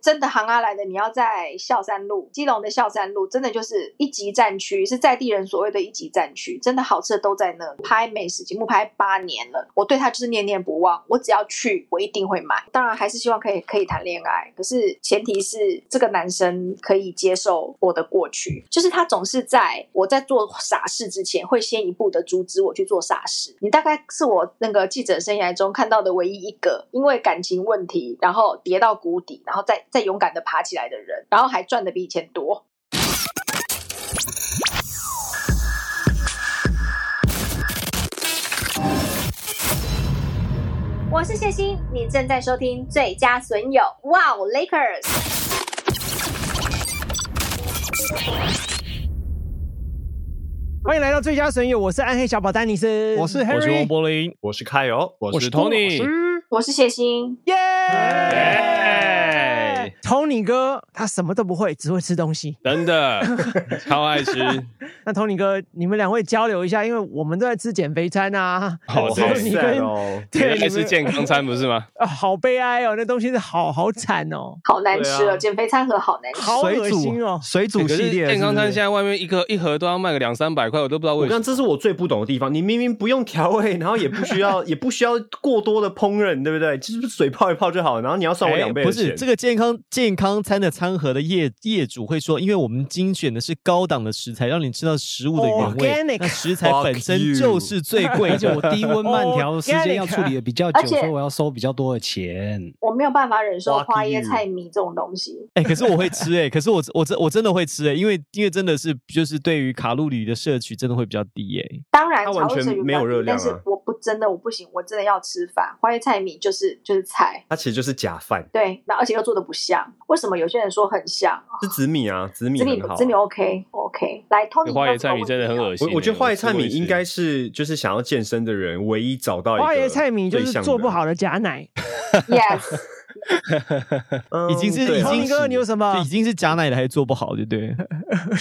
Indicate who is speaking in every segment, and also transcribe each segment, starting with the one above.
Speaker 1: 真的行阿、来的，你要在孝山路，基隆的孝山路，真的就是一级战区，是在地人所谓的一级战区，真的好吃的都在那里。拍美食节目拍八年了，我对它就是念念不忘。我只要去，我一定会买。当然还是希望可以可以谈恋爱，可是前提是这个男生可以接受我的过去，就是他总是在我在做傻事之前，会先一步的阻止我去做傻事。你大概是我那个记者生涯中看到的唯一一个因为感情问题，然后跌到谷底，然后再再勇敢的爬起来的人，然后还赚的比以前多。我是谢欣，你正在收听最佳损友。哇、wow, l a k e r s
Speaker 2: 欢迎来到最佳损友，我是暗黑小宝丹尼斯，
Speaker 3: 我是哎
Speaker 4: 我是王
Speaker 3: Harry，
Speaker 4: 柏林，
Speaker 5: 我是凯友，
Speaker 4: 我是 Tony，
Speaker 1: 我是谢欣，
Speaker 2: 耶
Speaker 4: 耶
Speaker 2: Tony 哥他什么都不会，只会吃东西。
Speaker 4: 真的超爱吃，
Speaker 2: 那 Tony 哥，你们两位交流一下，因为我们都在吃减肥餐啊。
Speaker 4: 好
Speaker 5: 我
Speaker 4: 对
Speaker 5: 好
Speaker 2: 你
Speaker 5: sad
Speaker 2: 跟
Speaker 5: 哦，
Speaker 2: 对，
Speaker 4: 还
Speaker 2: 你
Speaker 4: 是
Speaker 2: 们
Speaker 4: 健康餐不是吗？
Speaker 2: 啊，好悲哀哦，那东西是好好惨哦，
Speaker 1: 好难吃
Speaker 5: 对
Speaker 1: 哦，
Speaker 5: 啊
Speaker 1: 减肥餐盒好难吃。
Speaker 2: 好恶
Speaker 3: 水
Speaker 2: 心哦
Speaker 3: 煮。水煮
Speaker 4: 欸可
Speaker 3: 系
Speaker 4: 是
Speaker 3: 列
Speaker 4: 健康餐现
Speaker 3: 在
Speaker 4: 在外面一个一盒都要卖个两三百块，我都不知道
Speaker 5: 我
Speaker 4: 为什
Speaker 5: 刚
Speaker 4: 么。
Speaker 5: 这是我最不懂的地方，你明明不用调味， 然后也不需要也不需要过多的烹饪，对不对？就是水泡一泡就好了，然后你要算我两倍
Speaker 3: 不
Speaker 5: 的
Speaker 3: 是
Speaker 5: 钱，
Speaker 3: 这个健康健康餐的餐盒的业业主会说，因为我们精选的是高档的食材，让你吃到食物的原味
Speaker 2: Organic。
Speaker 3: 那食材
Speaker 5: Fuck
Speaker 3: 本身就是最贵
Speaker 6: 而且我
Speaker 3: 的。哦
Speaker 6: 低温慢调的时间
Speaker 2: 哦
Speaker 6: 要处理的比较
Speaker 1: 而
Speaker 6: 久，
Speaker 1: 且
Speaker 6: 所以我要收比较多的钱。
Speaker 1: 我没有办法忍受
Speaker 5: Fuck
Speaker 1: 花椰
Speaker 5: you
Speaker 1: 菜米这种东西。
Speaker 3: 哎、可是我会吃哎、可是我我真我真的会吃哎、因为因为真的是就是对于卡路里的摄取真的会比较低哎、
Speaker 1: 当然，
Speaker 5: 它完
Speaker 1: 炒肉
Speaker 5: 全
Speaker 1: 水比
Speaker 5: 没有
Speaker 1: 较低
Speaker 5: 热量啊
Speaker 1: 但是我不真的我不行，我真的要吃饭。花椰菜米就是就是菜，
Speaker 5: 它其实就是假饭，
Speaker 1: 对，那而且又做的不像。为什么有些人说很像？
Speaker 5: 是紫米啊，紫米
Speaker 1: 哦紫米
Speaker 5: 很好。
Speaker 1: 紫米 OK OK，来 Tony，
Speaker 4: 花椰菜米真的很
Speaker 1: 啊
Speaker 4: 恶心欸、
Speaker 5: 我我觉得花椰菜
Speaker 4: 吃
Speaker 5: 米
Speaker 4: 过一次
Speaker 5: 应该是就是想要健身的人唯一找到一个
Speaker 2: 花椰菜米就
Speaker 5: 对
Speaker 2: 是
Speaker 5: 象的
Speaker 2: 做不，好的假奶。
Speaker 1: Yes，
Speaker 5: 嗯
Speaker 3: 已经是
Speaker 5: 对
Speaker 3: 已
Speaker 5: 啊
Speaker 3: 经
Speaker 2: Tony 哥，你有什么
Speaker 3: 已？经是假奶了还做不好，对不对？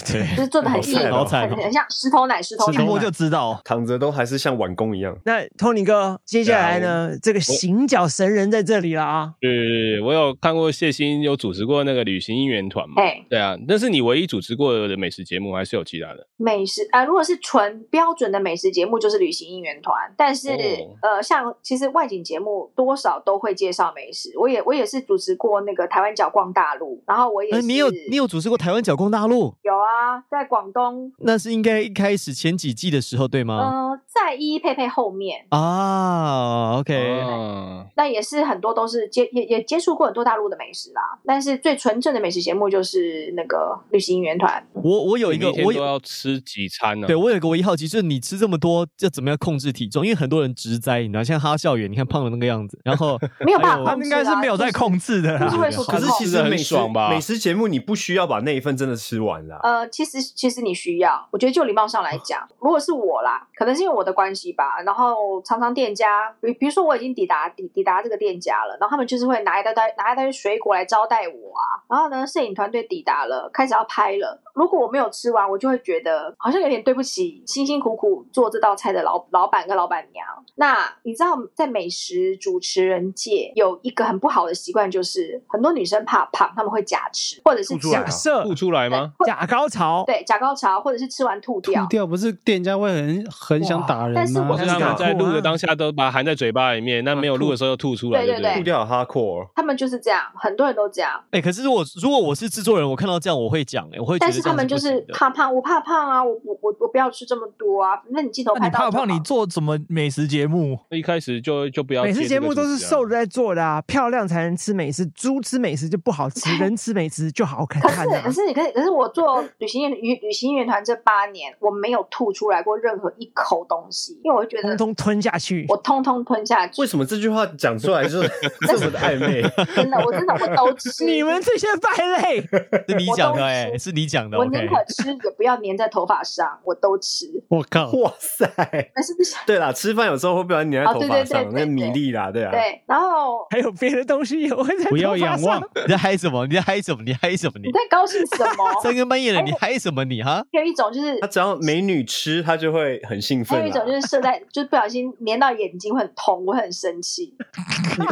Speaker 3: 对，
Speaker 1: 就是做的很
Speaker 5: 好
Speaker 1: 硬，
Speaker 5: 惨哦好
Speaker 3: 惨哦
Speaker 1: 很很像石头奶，石头
Speaker 3: 一
Speaker 1: 奶。
Speaker 3: 摸就知道。
Speaker 5: 躺着都还是像碗工一样。
Speaker 2: 那 Tony 哥，接下来呢？这个行脚神人在这里了啊！
Speaker 4: 是我有看过谢欣有主持过那个旅行应援团嘛？
Speaker 1: 哎，
Speaker 4: 对啊，那是你唯一主持过的美食节目，还是有其他的？
Speaker 1: 美食啊、呃如果是纯标准的美食节目，就是旅行应援团。但是、
Speaker 4: 哦
Speaker 1: 呃，像其实外景节目多少都会介绍美食。我也我也是主持过那个台湾角逛大陆，然后我也是、
Speaker 3: 呃，你有你有主持过台湾角光大陆，
Speaker 1: 有啊，在广东，
Speaker 3: 那是应该一开始前几季的时候对
Speaker 6: 啊
Speaker 3: 吗？
Speaker 1: 呃，在依依佩佩后面。
Speaker 3: 啊，OK，
Speaker 4: 哦，
Speaker 1: 那也是很多都是接也也接触过很多大陆的美食啦，但是最纯正的美食节目就是那个旅行应援团，
Speaker 3: 我我有一
Speaker 4: 你
Speaker 3: 个
Speaker 4: 每天
Speaker 3: 我
Speaker 4: 都
Speaker 3: 有。
Speaker 4: 要吃几餐呢、
Speaker 3: 对，我有一个唯一好奇，就是你吃这么多，要怎么样控制体重？因为很多人直栽，你知道，像哈校园，你看胖的那个样子，然 后
Speaker 1: 没有办法
Speaker 3: 还
Speaker 6: 哎他
Speaker 1: 控
Speaker 6: 应
Speaker 1: 制
Speaker 6: 该
Speaker 1: 啊，
Speaker 6: 是没有在
Speaker 1: 就是
Speaker 6: 控制的
Speaker 1: 就是
Speaker 6: 啦。啊
Speaker 1: 会说
Speaker 5: 可是其
Speaker 4: 吃
Speaker 5: 实
Speaker 4: 得很
Speaker 5: 美食
Speaker 4: 爽吧
Speaker 5: 美食节目你不需要把那一份真的吃完啊啦。
Speaker 1: 呃，其实其实你需要，我觉得就礼貌上来讲，如果是我啦，可能是因为我的关系吧，然后常常店家，比比如说我已经抵达抵抵达这个店家了，然后他们就是会拿一大袋拿一大堆水果来招待我啊，然后呢，摄影团队抵达了，开始要拍了，如果我没有吃完，我就会觉得好像有点对不起辛辛苦苦做这道菜的老老板跟老板娘。那你知道，在美食主持人界有一个很不好的习惯，就是很多女生怕胖，她们会假吃，或者是
Speaker 5: 吐出
Speaker 1: 吃
Speaker 5: 来
Speaker 2: 假
Speaker 5: 啊
Speaker 2: 设
Speaker 4: 吐出来吗？
Speaker 2: 假高潮，
Speaker 1: 对，假高潮或者是吃完吐
Speaker 6: 吐
Speaker 1: 掉。
Speaker 6: 掉不是店家会很很想打人吗？
Speaker 1: 但是我
Speaker 4: 或是他们在录的当下都把它含在嘴巴里面，那没有录的时候又吐出来，
Speaker 1: 对
Speaker 4: 不
Speaker 1: 对
Speaker 5: 吐掉哈阔，
Speaker 1: 他们就是这样，很多人都这样，
Speaker 3: 哎、可是我如果我是制作人，我看到这样我会讲、哎，我会觉
Speaker 1: 但
Speaker 3: 得
Speaker 1: 是
Speaker 3: 这
Speaker 1: 他
Speaker 3: 样
Speaker 1: 们
Speaker 3: 不
Speaker 1: 就是
Speaker 3: 行的
Speaker 1: 怕胖，我怕胖啊，我我我我不要吃这么多啊，那你镜头
Speaker 6: 那
Speaker 1: 拍
Speaker 6: 你
Speaker 1: 到
Speaker 6: 怕
Speaker 1: 就好
Speaker 6: 胖，你做什么美食节目？
Speaker 4: 一开始就就不要接
Speaker 2: 美
Speaker 4: 这
Speaker 2: 食
Speaker 4: 个
Speaker 2: 节目都是
Speaker 4: 主持啊
Speaker 2: 瘦的在做的啊，漂亮才能吃美食，猪吃美食就不 好吃，人吃美食就好看
Speaker 1: 可
Speaker 2: 看
Speaker 1: 是可
Speaker 2: 啊。
Speaker 1: 是你可以可是我做旅行业旅旅行乐团这八年，我没有吐出来过任何一口东西，因为我会觉得
Speaker 2: 通通吞下去，
Speaker 1: 我通通吞下去
Speaker 5: 为，什么这句话讲出来就是这么的暧昧？
Speaker 1: 真的，我真的我都吃。
Speaker 2: 你们这些却败类。
Speaker 3: 是你讲的
Speaker 1: 我
Speaker 3: 哎、
Speaker 1: 都吃
Speaker 3: 是你讲的。
Speaker 1: 我宁
Speaker 3: OK，
Speaker 1: 可吃也不要粘在头发上，我都吃。
Speaker 6: 我靠，
Speaker 5: 哇塞！
Speaker 1: 那是不是？
Speaker 5: 对啦，吃饭有时候会不然粘在
Speaker 1: 哦
Speaker 5: 头
Speaker 1: 对
Speaker 5: 发
Speaker 1: 对
Speaker 5: 上，
Speaker 1: 对
Speaker 5: 那
Speaker 1: 对
Speaker 5: 个米
Speaker 1: 对
Speaker 5: 粒啦，对啊，
Speaker 1: 对，然后
Speaker 2: 还有别的东西也会在
Speaker 6: 不要
Speaker 2: 头发
Speaker 6: 仰
Speaker 2: 上
Speaker 6: 望，
Speaker 3: 你在嗨什么？你在嗨什么？你嗨什么？你
Speaker 1: 你在高兴什么？
Speaker 3: 三更半夜
Speaker 1: 哎
Speaker 3: 的，你嗨什么？你哈？
Speaker 1: 还有一种就是
Speaker 5: 他，只要美女吃，他就会很兴
Speaker 1: 还
Speaker 5: 奋
Speaker 1: 有
Speaker 5: 啦。
Speaker 1: 一种哎就是射在， 就是不小心粘到眼睛会很痛，我会很生气。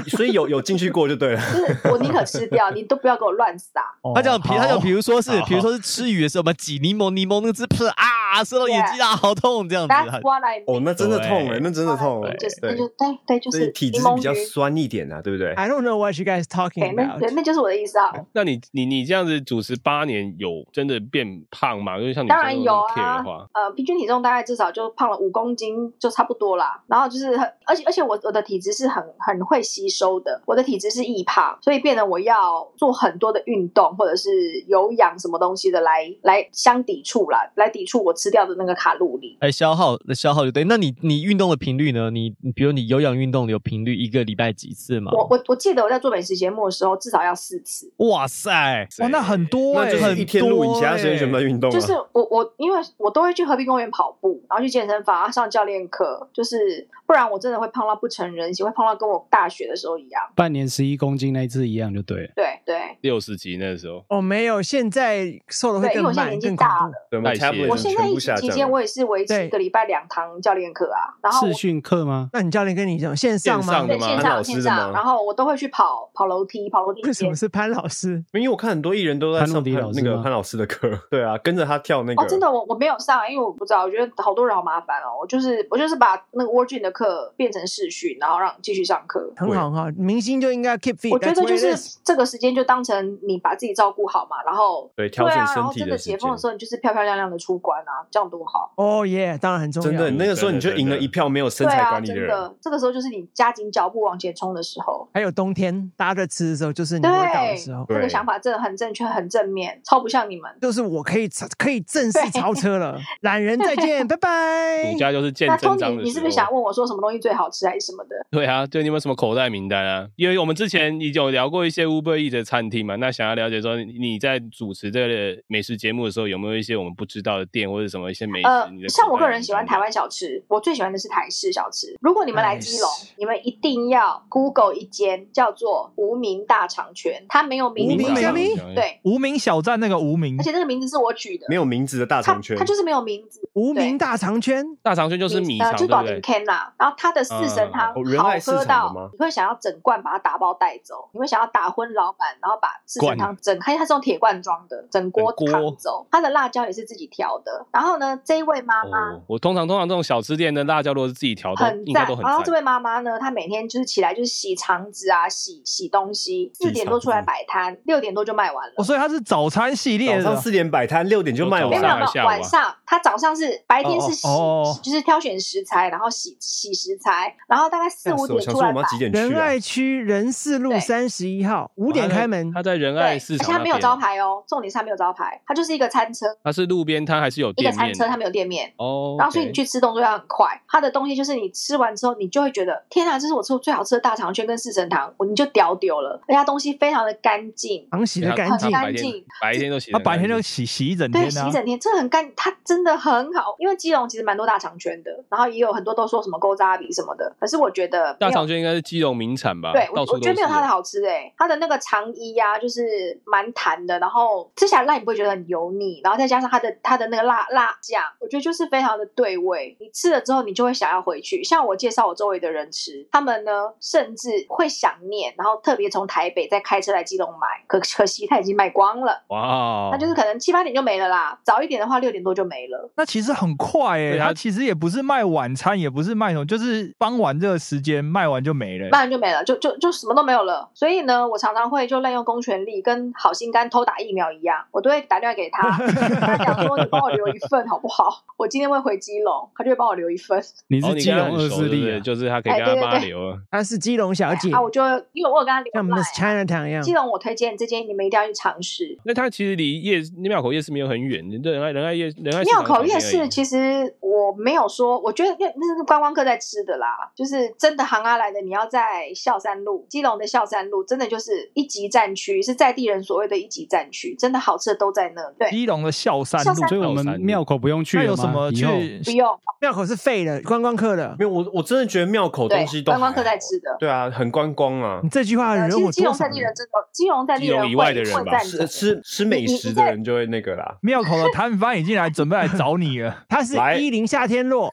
Speaker 5: 你所以有有进去过就 对了。
Speaker 1: 就是我宁可吃 掉，你都不要给我乱撒。
Speaker 6: 哦
Speaker 3: 他讲比他讲，比如说是，
Speaker 6: 好
Speaker 3: 比如说是吃鱼的时候，我们挤柠檬，柠檬那个汁噗啊，射到眼睛啊，好痛 这样子。
Speaker 1: That's what I
Speaker 5: 哦，
Speaker 1: mean。
Speaker 5: 那真的痛了，
Speaker 3: 对
Speaker 5: 那真的痛了。
Speaker 1: 就是，那
Speaker 5: 对
Speaker 1: 就，对对，就
Speaker 5: 所
Speaker 1: 是
Speaker 5: 以体
Speaker 1: 柠
Speaker 5: 质是
Speaker 1: 檬
Speaker 5: 比较
Speaker 1: 鱼。
Speaker 5: 酸一点啊，对不对？
Speaker 2: I don't know what you guys talking
Speaker 1: 对，那对，
Speaker 2: about。
Speaker 1: 那就是我的意思啊。
Speaker 4: 那你你你这样子主持八年，有真的变胖吗？就是像你
Speaker 1: 当然有
Speaker 4: 这样那么 care 的话
Speaker 1: 啊，，呃，平均体重大概至少就胖了五公斤，就差不多啦。然后就是很，而且而且我我的体质是很很会吸收的，我的体质是易胖，所以变得我要做很多的运动或者是有氧什么东西的来来相抵触啦，来抵触我吃掉的那个卡路里。
Speaker 3: 哎，消耗消耗就对。那你你运动的频率呢？你你比如你有氧运动有频率一个礼拜几次吗？
Speaker 1: 我我我记得我在做美食节目的时候，至少要四次。
Speaker 3: 哇塞，
Speaker 2: 哇，那很多
Speaker 5: 那
Speaker 2: 哎，
Speaker 5: 就是一天录影，
Speaker 2: 很多
Speaker 5: 其他时间
Speaker 2: 哎
Speaker 5: 全部在运动啊。
Speaker 1: 就是我我因为我都会去和平公园跑步，然后去健身房然后上教练课，就是不然我真的会胖到不成人形，会胖到跟我大学的时候一样。
Speaker 6: 半年十一公斤那一次一样就对了。
Speaker 1: 对对，
Speaker 4: 六十级那时候，
Speaker 2: 哦，没有，现在瘦的会
Speaker 1: 对因为我
Speaker 2: 更
Speaker 1: 现在
Speaker 2: 慢，
Speaker 1: 年纪
Speaker 2: 更恐
Speaker 1: 大
Speaker 2: 怖。
Speaker 5: 对
Speaker 4: 代谢
Speaker 5: metabolism
Speaker 4: 我
Speaker 1: 我现在
Speaker 5: 全
Speaker 1: 疫
Speaker 5: 部
Speaker 1: 情
Speaker 5: 下
Speaker 1: 期
Speaker 5: 降
Speaker 1: 间，
Speaker 5: 了
Speaker 1: 我也是维持
Speaker 2: 对
Speaker 1: 一个礼拜两堂教练课啊，然后我
Speaker 6: 视讯课吗？
Speaker 2: 那你教练跟你讲线上吗
Speaker 4: 线上
Speaker 1: 对
Speaker 4: 的吗
Speaker 1: 线
Speaker 5: 潘老
Speaker 1: 上
Speaker 5: 师
Speaker 1: 线
Speaker 5: 的
Speaker 1: 上，
Speaker 5: 吗
Speaker 1: 然后我都会去跑跑楼梯，跑楼梯
Speaker 2: 为什
Speaker 1: 间
Speaker 2: 么是潘老师？
Speaker 5: 因为我看很多艺人都在
Speaker 6: 潘诺
Speaker 5: 上
Speaker 6: 迪
Speaker 5: 潘
Speaker 6: 老师
Speaker 5: 那个
Speaker 6: 吗
Speaker 5: 潘老师的课， 对啊，跟着他跳那
Speaker 1: 哦，
Speaker 5: 个。
Speaker 1: 真的，我我没有上，因为我不知道，我觉得好多人好麻烦哦。我就是我就是把那个 Virgin 的课变成视讯，然后让继续上课。
Speaker 2: 很好很好，明星就应该 keep fit。
Speaker 1: 我觉得就是这个时间就当成你把自己照顾好嘛，然后
Speaker 5: 对调整
Speaker 1: 啊，然
Speaker 5: 身
Speaker 1: 后
Speaker 5: 体
Speaker 1: 真
Speaker 5: 的时
Speaker 1: 解封的
Speaker 5: 间
Speaker 1: 时候，你就是漂漂亮亮的出关啊，这样多好。
Speaker 2: 哦耶，当然很重要。
Speaker 5: 真的，那个时候你就赢了一票没有身
Speaker 1: 对
Speaker 5: 材
Speaker 1: 啊，
Speaker 5: 管理的
Speaker 1: 真
Speaker 5: 人。
Speaker 1: 的，这个时候就是你加紧脚步往前冲的时候。
Speaker 2: 还有冬天大家在吃的时候，就是你
Speaker 1: 对
Speaker 2: 味道的时候，
Speaker 1: 这个
Speaker 5: 对
Speaker 1: 想法真的很正确，很正面，超不像你们。
Speaker 2: 就是我可以可以正式超车了。懒人再 见，拜拜
Speaker 4: 暑。假就是见
Speaker 1: 哎那
Speaker 4: 真
Speaker 1: Tony，
Speaker 4: 章的
Speaker 1: 你是不是
Speaker 4: 时候
Speaker 1: 想问我说什么东西最好吃还是什么的？
Speaker 4: 对啊，就你有没有什么口袋名单啊？因为我们之前已经有聊过一些 Uber E 的餐厅嘛，那想要了解说你在主持这个美食节目的时候，有没有一些我们不知道的店或者什么一些美食？
Speaker 1: 呃
Speaker 4: 你的，口
Speaker 1: 像我
Speaker 4: 袋
Speaker 1: 个人
Speaker 4: 名
Speaker 1: 喜欢
Speaker 4: 单
Speaker 1: 台湾小吃，我最喜欢的是台式小吃。如果你们来基隆
Speaker 2: Nice，
Speaker 1: 你们一定要 Google 一间叫做无名大肠拳，它没有
Speaker 4: 无
Speaker 1: 名
Speaker 4: 名
Speaker 1: 字
Speaker 2: 无，名
Speaker 4: 小
Speaker 2: 小
Speaker 4: 米
Speaker 2: 米
Speaker 1: 对，
Speaker 6: 无名小站那个无名
Speaker 1: 而且这个名字是我取的，
Speaker 5: 没有名字的大
Speaker 1: 它
Speaker 5: 长圈，
Speaker 1: 它就是没有名字，
Speaker 2: 无名大长圈，
Speaker 4: 大肠圈就是米肠，
Speaker 1: 呃，
Speaker 4: 对
Speaker 1: 就
Speaker 4: 不
Speaker 1: 保定
Speaker 4: 对？
Speaker 1: Can 啦。然后它的四神汤
Speaker 5: 嗯哦仁
Speaker 1: 好
Speaker 5: 爱
Speaker 1: 喝
Speaker 5: 市场的
Speaker 1: 到
Speaker 5: 吗，
Speaker 1: 你会想要整罐把它打包带走，你会想要打昏老板，然后把四神汤整，看它是用铁罐装的，整锅
Speaker 4: 整锅
Speaker 1: 扛走。它的辣椒也是自己调的。然后呢，这一位妈妈。
Speaker 4: 哦，我通常通常这种小吃店的辣椒都是自己调的，
Speaker 1: 很
Speaker 4: 应该
Speaker 1: 赞
Speaker 4: 都，很
Speaker 1: 然后这
Speaker 4: 赞。
Speaker 1: 位妈妈呢，她每天就是起来就是洗肠子啊，洗洗东西，四点多出来摆摊，六点多就卖完了
Speaker 6: 哦，。所以它是早餐系列
Speaker 5: 早上
Speaker 6: 的。
Speaker 5: 四点摆摊，六点就卖
Speaker 1: 没
Speaker 5: 完
Speaker 1: 有没有
Speaker 5: 了。
Speaker 1: 没
Speaker 4: 下午
Speaker 1: 有，
Speaker 4: 啊
Speaker 1: 晚上她早上是白天是洗，
Speaker 6: 哦哦哦
Speaker 1: 就是挑选食材，然后洗洗食材，然后大概四五
Speaker 5: 吓哎死我
Speaker 1: 点
Speaker 5: 想
Speaker 1: 出
Speaker 5: 说我
Speaker 1: 来
Speaker 5: 们
Speaker 1: 摆
Speaker 5: 要。几点去
Speaker 2: 仁
Speaker 5: 啊？
Speaker 2: 爱区仁四路
Speaker 1: 对
Speaker 2: 三十一号，五点
Speaker 4: 哦他在
Speaker 2: 开门。
Speaker 4: 他在仁
Speaker 1: 对，
Speaker 4: 爱
Speaker 1: 而
Speaker 4: 市
Speaker 1: 且
Speaker 4: 场，
Speaker 1: 它没有招，牌哦，重点是它没有招牌，它就是一个餐车，
Speaker 4: 它是路边摊还是有
Speaker 1: 一个
Speaker 4: 店面的？
Speaker 1: 餐车，它没有店面。
Speaker 4: 哦，
Speaker 1: 然后所以你
Speaker 4: OK
Speaker 1: 去吃动作要很快，它的东西就是你吃完之后，你就会觉得天啊，这是我吃过最好吃的大肠圈跟四神汤，我你就屌丢了，而且它东西非常的干净，
Speaker 2: 常洗的
Speaker 4: 对
Speaker 2: 干
Speaker 4: 他
Speaker 2: 净
Speaker 4: 他，
Speaker 1: 干
Speaker 4: 白天
Speaker 1: 净
Speaker 4: 白天都洗得
Speaker 6: 它
Speaker 4: 很干净，
Speaker 6: 白天就洗洗一整
Speaker 1: 对，
Speaker 6: 天
Speaker 1: 洗一
Speaker 6: 啊，
Speaker 1: 整天，这很干，它真的很好。因为基隆其实蛮多大肠圈的，然后也有很多都说什么勾扎比什么的，可是我觉得没
Speaker 4: 大
Speaker 1: 有
Speaker 4: 肠圈应该是基隆名产吧？
Speaker 1: 对，我
Speaker 4: 到处
Speaker 1: 我
Speaker 4: 都
Speaker 1: 觉得没有
Speaker 4: 是
Speaker 1: 它的好吃哎、它的那个肠衣呀、就是蛮弹的，然后吃起来辣你不会觉得很油腻，然后再加上它的它的那个辣辣酱，我觉得就是非常的对味。你吃了之后，你就会想要回去。像我介绍我周围的人吃，他们呢甚至会想念，然后特别从台北再开车来基隆买，可可惜它已经卖光了。
Speaker 4: 哇，
Speaker 1: 那就是可能七八点就没了啦，早一点的话六点多就没了。
Speaker 6: 那其实很快诶、
Speaker 4: 对它
Speaker 6: 它其实也不是卖晚餐，也不是卖什么，就是傍晚这个时间卖完就没了、
Speaker 1: 卖完就没了，就就就什么都没有了。所以呢，我常常会就滥用公权力，跟好心肝偷打疫苗一样，我都会打电话给他，跟他讲 说：“你帮我留一份好不好？我今天会回基隆，他就会帮我留一份。
Speaker 6: 你
Speaker 4: 哦
Speaker 6: 是
Speaker 4: 你
Speaker 6: 基
Speaker 4: 跟他
Speaker 6: 隆
Speaker 4: 很
Speaker 6: 二
Speaker 4: 熟
Speaker 6: 势
Speaker 4: 对不
Speaker 6: 力、
Speaker 4: 对
Speaker 6: 啊，
Speaker 4: 就是他可
Speaker 1: 哎
Speaker 4: 以跟他
Speaker 1: 对对
Speaker 4: 妈
Speaker 1: 对
Speaker 4: 流啊。
Speaker 2: 她是基隆小姐，
Speaker 1: 啊，我就因为我有跟他
Speaker 2: 像我
Speaker 1: 留
Speaker 2: 们的
Speaker 1: line 啊
Speaker 2: China Town 一样
Speaker 1: 基。隆我推荐这间，你们一定要去尝试。
Speaker 4: 那它其实离夜那庙口夜市没有很远，仁爱仁爱夜仁爱市
Speaker 1: 庙
Speaker 4: 场
Speaker 1: 口
Speaker 4: 旁边
Speaker 1: 夜
Speaker 4: 而
Speaker 1: 市
Speaker 4: 已
Speaker 1: 其实我没有说，我觉得那那是观光客在吃的啦，就是真的行阿来的，你要在孝山路，基隆的孝山路，真的就是一级战区，是在地人所谓的一级战区，真的好吃的都在那。对，
Speaker 6: 基隆的孝山
Speaker 1: 哎孝
Speaker 6: 路，
Speaker 1: 山
Speaker 7: 所以我们庙口不用去
Speaker 6: 那
Speaker 7: 了
Speaker 6: 有
Speaker 7: 吗
Speaker 6: 什么
Speaker 7: 以后
Speaker 6: 去，
Speaker 1: 不用，
Speaker 2: 庙口是废的，观光客的。
Speaker 5: 没有我我真的觉得庙口
Speaker 1: 对
Speaker 5: 东西，都
Speaker 1: 观光
Speaker 5: 还
Speaker 1: 客在
Speaker 5: 好
Speaker 1: 吃的。
Speaker 5: 对啊，很观光啊
Speaker 2: 你，这句话
Speaker 1: 呃
Speaker 2: 惹
Speaker 1: 其实
Speaker 2: 我
Speaker 1: 基
Speaker 2: 多
Speaker 1: 隆在
Speaker 2: 少人？。
Speaker 1: 地人真的，基隆在地
Speaker 4: 基隆
Speaker 1: 人
Speaker 4: 以
Speaker 1: 会
Speaker 4: 外的人
Speaker 1: 会
Speaker 4: 吧
Speaker 1: 赞
Speaker 5: 吃
Speaker 1: 成
Speaker 5: 吃吃美
Speaker 1: 你
Speaker 5: 食
Speaker 1: 你
Speaker 5: 的
Speaker 1: 在
Speaker 5: 人就会那个啦
Speaker 6: 庙口的摊贩已经来准备来找你了
Speaker 2: 他是
Speaker 5: 来
Speaker 2: 一零夏天落，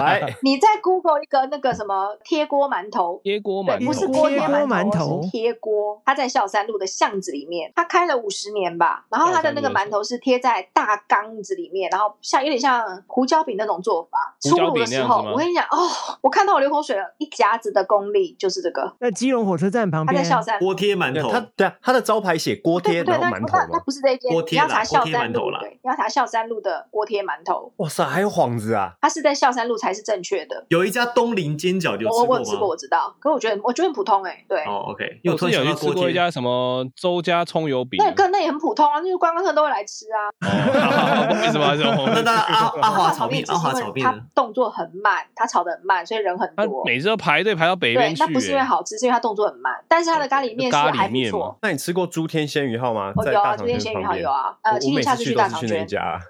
Speaker 5: 来，
Speaker 1: 你在 Google 一个那个什么贴锅馒头，
Speaker 4: 贴锅
Speaker 1: 对
Speaker 4: 馒，
Speaker 1: 不是
Speaker 4: 头，
Speaker 1: 锅
Speaker 2: 贴
Speaker 1: 贴
Speaker 2: 锅
Speaker 1: 馒
Speaker 2: 馒头
Speaker 1: 是贴锅。它在孝山路的巷子里面，它开了五十年吧。然后它的那个馒头是贴在大缸子里面，然后像有点像胡椒饼那种做法。
Speaker 4: 胡
Speaker 1: 出
Speaker 4: 椒
Speaker 1: 炉
Speaker 4: 饼
Speaker 1: 的
Speaker 4: 那
Speaker 1: 时
Speaker 4: 样
Speaker 1: 候
Speaker 4: 子吗，
Speaker 1: 我跟你讲哦，我看到我流口水了。一甲子的功力就是这个，
Speaker 2: 在基隆火车站旁
Speaker 1: 它
Speaker 2: 边
Speaker 1: 在。孝山。
Speaker 8: 锅贴馒
Speaker 5: 对
Speaker 8: 头，
Speaker 5: 他对啊，他的招牌写锅
Speaker 1: 对
Speaker 5: 贴，
Speaker 1: 不对？
Speaker 5: 然后
Speaker 1: 那
Speaker 5: 馒
Speaker 1: 那
Speaker 5: 头
Speaker 1: 那
Speaker 5: 嘛，
Speaker 1: 不是这一间，
Speaker 8: 锅
Speaker 1: 你
Speaker 8: 贴啦
Speaker 1: 要查孝山
Speaker 8: 锅贴馒头
Speaker 1: 路，
Speaker 8: 啦
Speaker 1: 对，你要查孝山路的锅贴馒头，
Speaker 5: 哇塞，还有幌子啊！
Speaker 1: 它是在孝山路才是正确的。
Speaker 8: 有一家东林煎饺，你有
Speaker 1: 我
Speaker 8: 吃
Speaker 1: 我
Speaker 8: 过
Speaker 1: 有
Speaker 8: 吗？
Speaker 1: 吃过，我知道，可我觉得我觉得很普通哎、对。
Speaker 8: 哦，OK，因为
Speaker 4: 我
Speaker 8: 我突
Speaker 4: 是
Speaker 8: 然
Speaker 4: 有
Speaker 8: 想
Speaker 4: 去
Speaker 8: 到
Speaker 4: 吃
Speaker 8: 锅
Speaker 4: 过
Speaker 8: 贴
Speaker 4: 一家什么周家葱油饼，
Speaker 1: 那个那也很普通啊，就是观光客都会来吃啊。
Speaker 4: 哦为什么要红？
Speaker 8: 那当然阿阿华
Speaker 1: 炒
Speaker 8: 炒面，
Speaker 1: 只
Speaker 8: 阿
Speaker 1: 是
Speaker 8: 华
Speaker 1: 因
Speaker 8: 炒
Speaker 1: 为
Speaker 8: 面
Speaker 1: 它
Speaker 8: 呢？
Speaker 1: 动作很慢，它炒的很慢，所以人很
Speaker 4: 他
Speaker 1: 多。
Speaker 4: 每次都排队排到北
Speaker 1: 对
Speaker 4: 边，去、
Speaker 1: 那不是因为
Speaker 4: 欸
Speaker 1: 好吃，是因为它动作很慢。但是它的咖喱面是
Speaker 4: 咖喱
Speaker 1: 还不
Speaker 4: 面嘛
Speaker 1: 错。
Speaker 5: 那你吃过猪天鲜鱼号吗？
Speaker 1: 哦，
Speaker 5: 在
Speaker 1: 有啊，
Speaker 5: 大
Speaker 1: 这
Speaker 5: 肠
Speaker 1: 边
Speaker 5: 圈
Speaker 1: 咸鱼
Speaker 5: 旁
Speaker 1: 好
Speaker 5: 边。
Speaker 1: 有啊。
Speaker 5: 我
Speaker 1: 呃，请
Speaker 5: 我
Speaker 1: 你
Speaker 5: 每
Speaker 1: 下
Speaker 5: 次
Speaker 1: 次
Speaker 5: 去
Speaker 1: 大
Speaker 5: 都是
Speaker 1: 肠
Speaker 5: 去那一
Speaker 1: 圈。
Speaker 5: 家啊，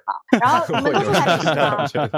Speaker 1: 然后你们都
Speaker 5: 我
Speaker 1: 去
Speaker 5: 有
Speaker 1: 哪里
Speaker 5: 去
Speaker 1: 吃
Speaker 5: 大
Speaker 1: 吗
Speaker 5: 肠？圈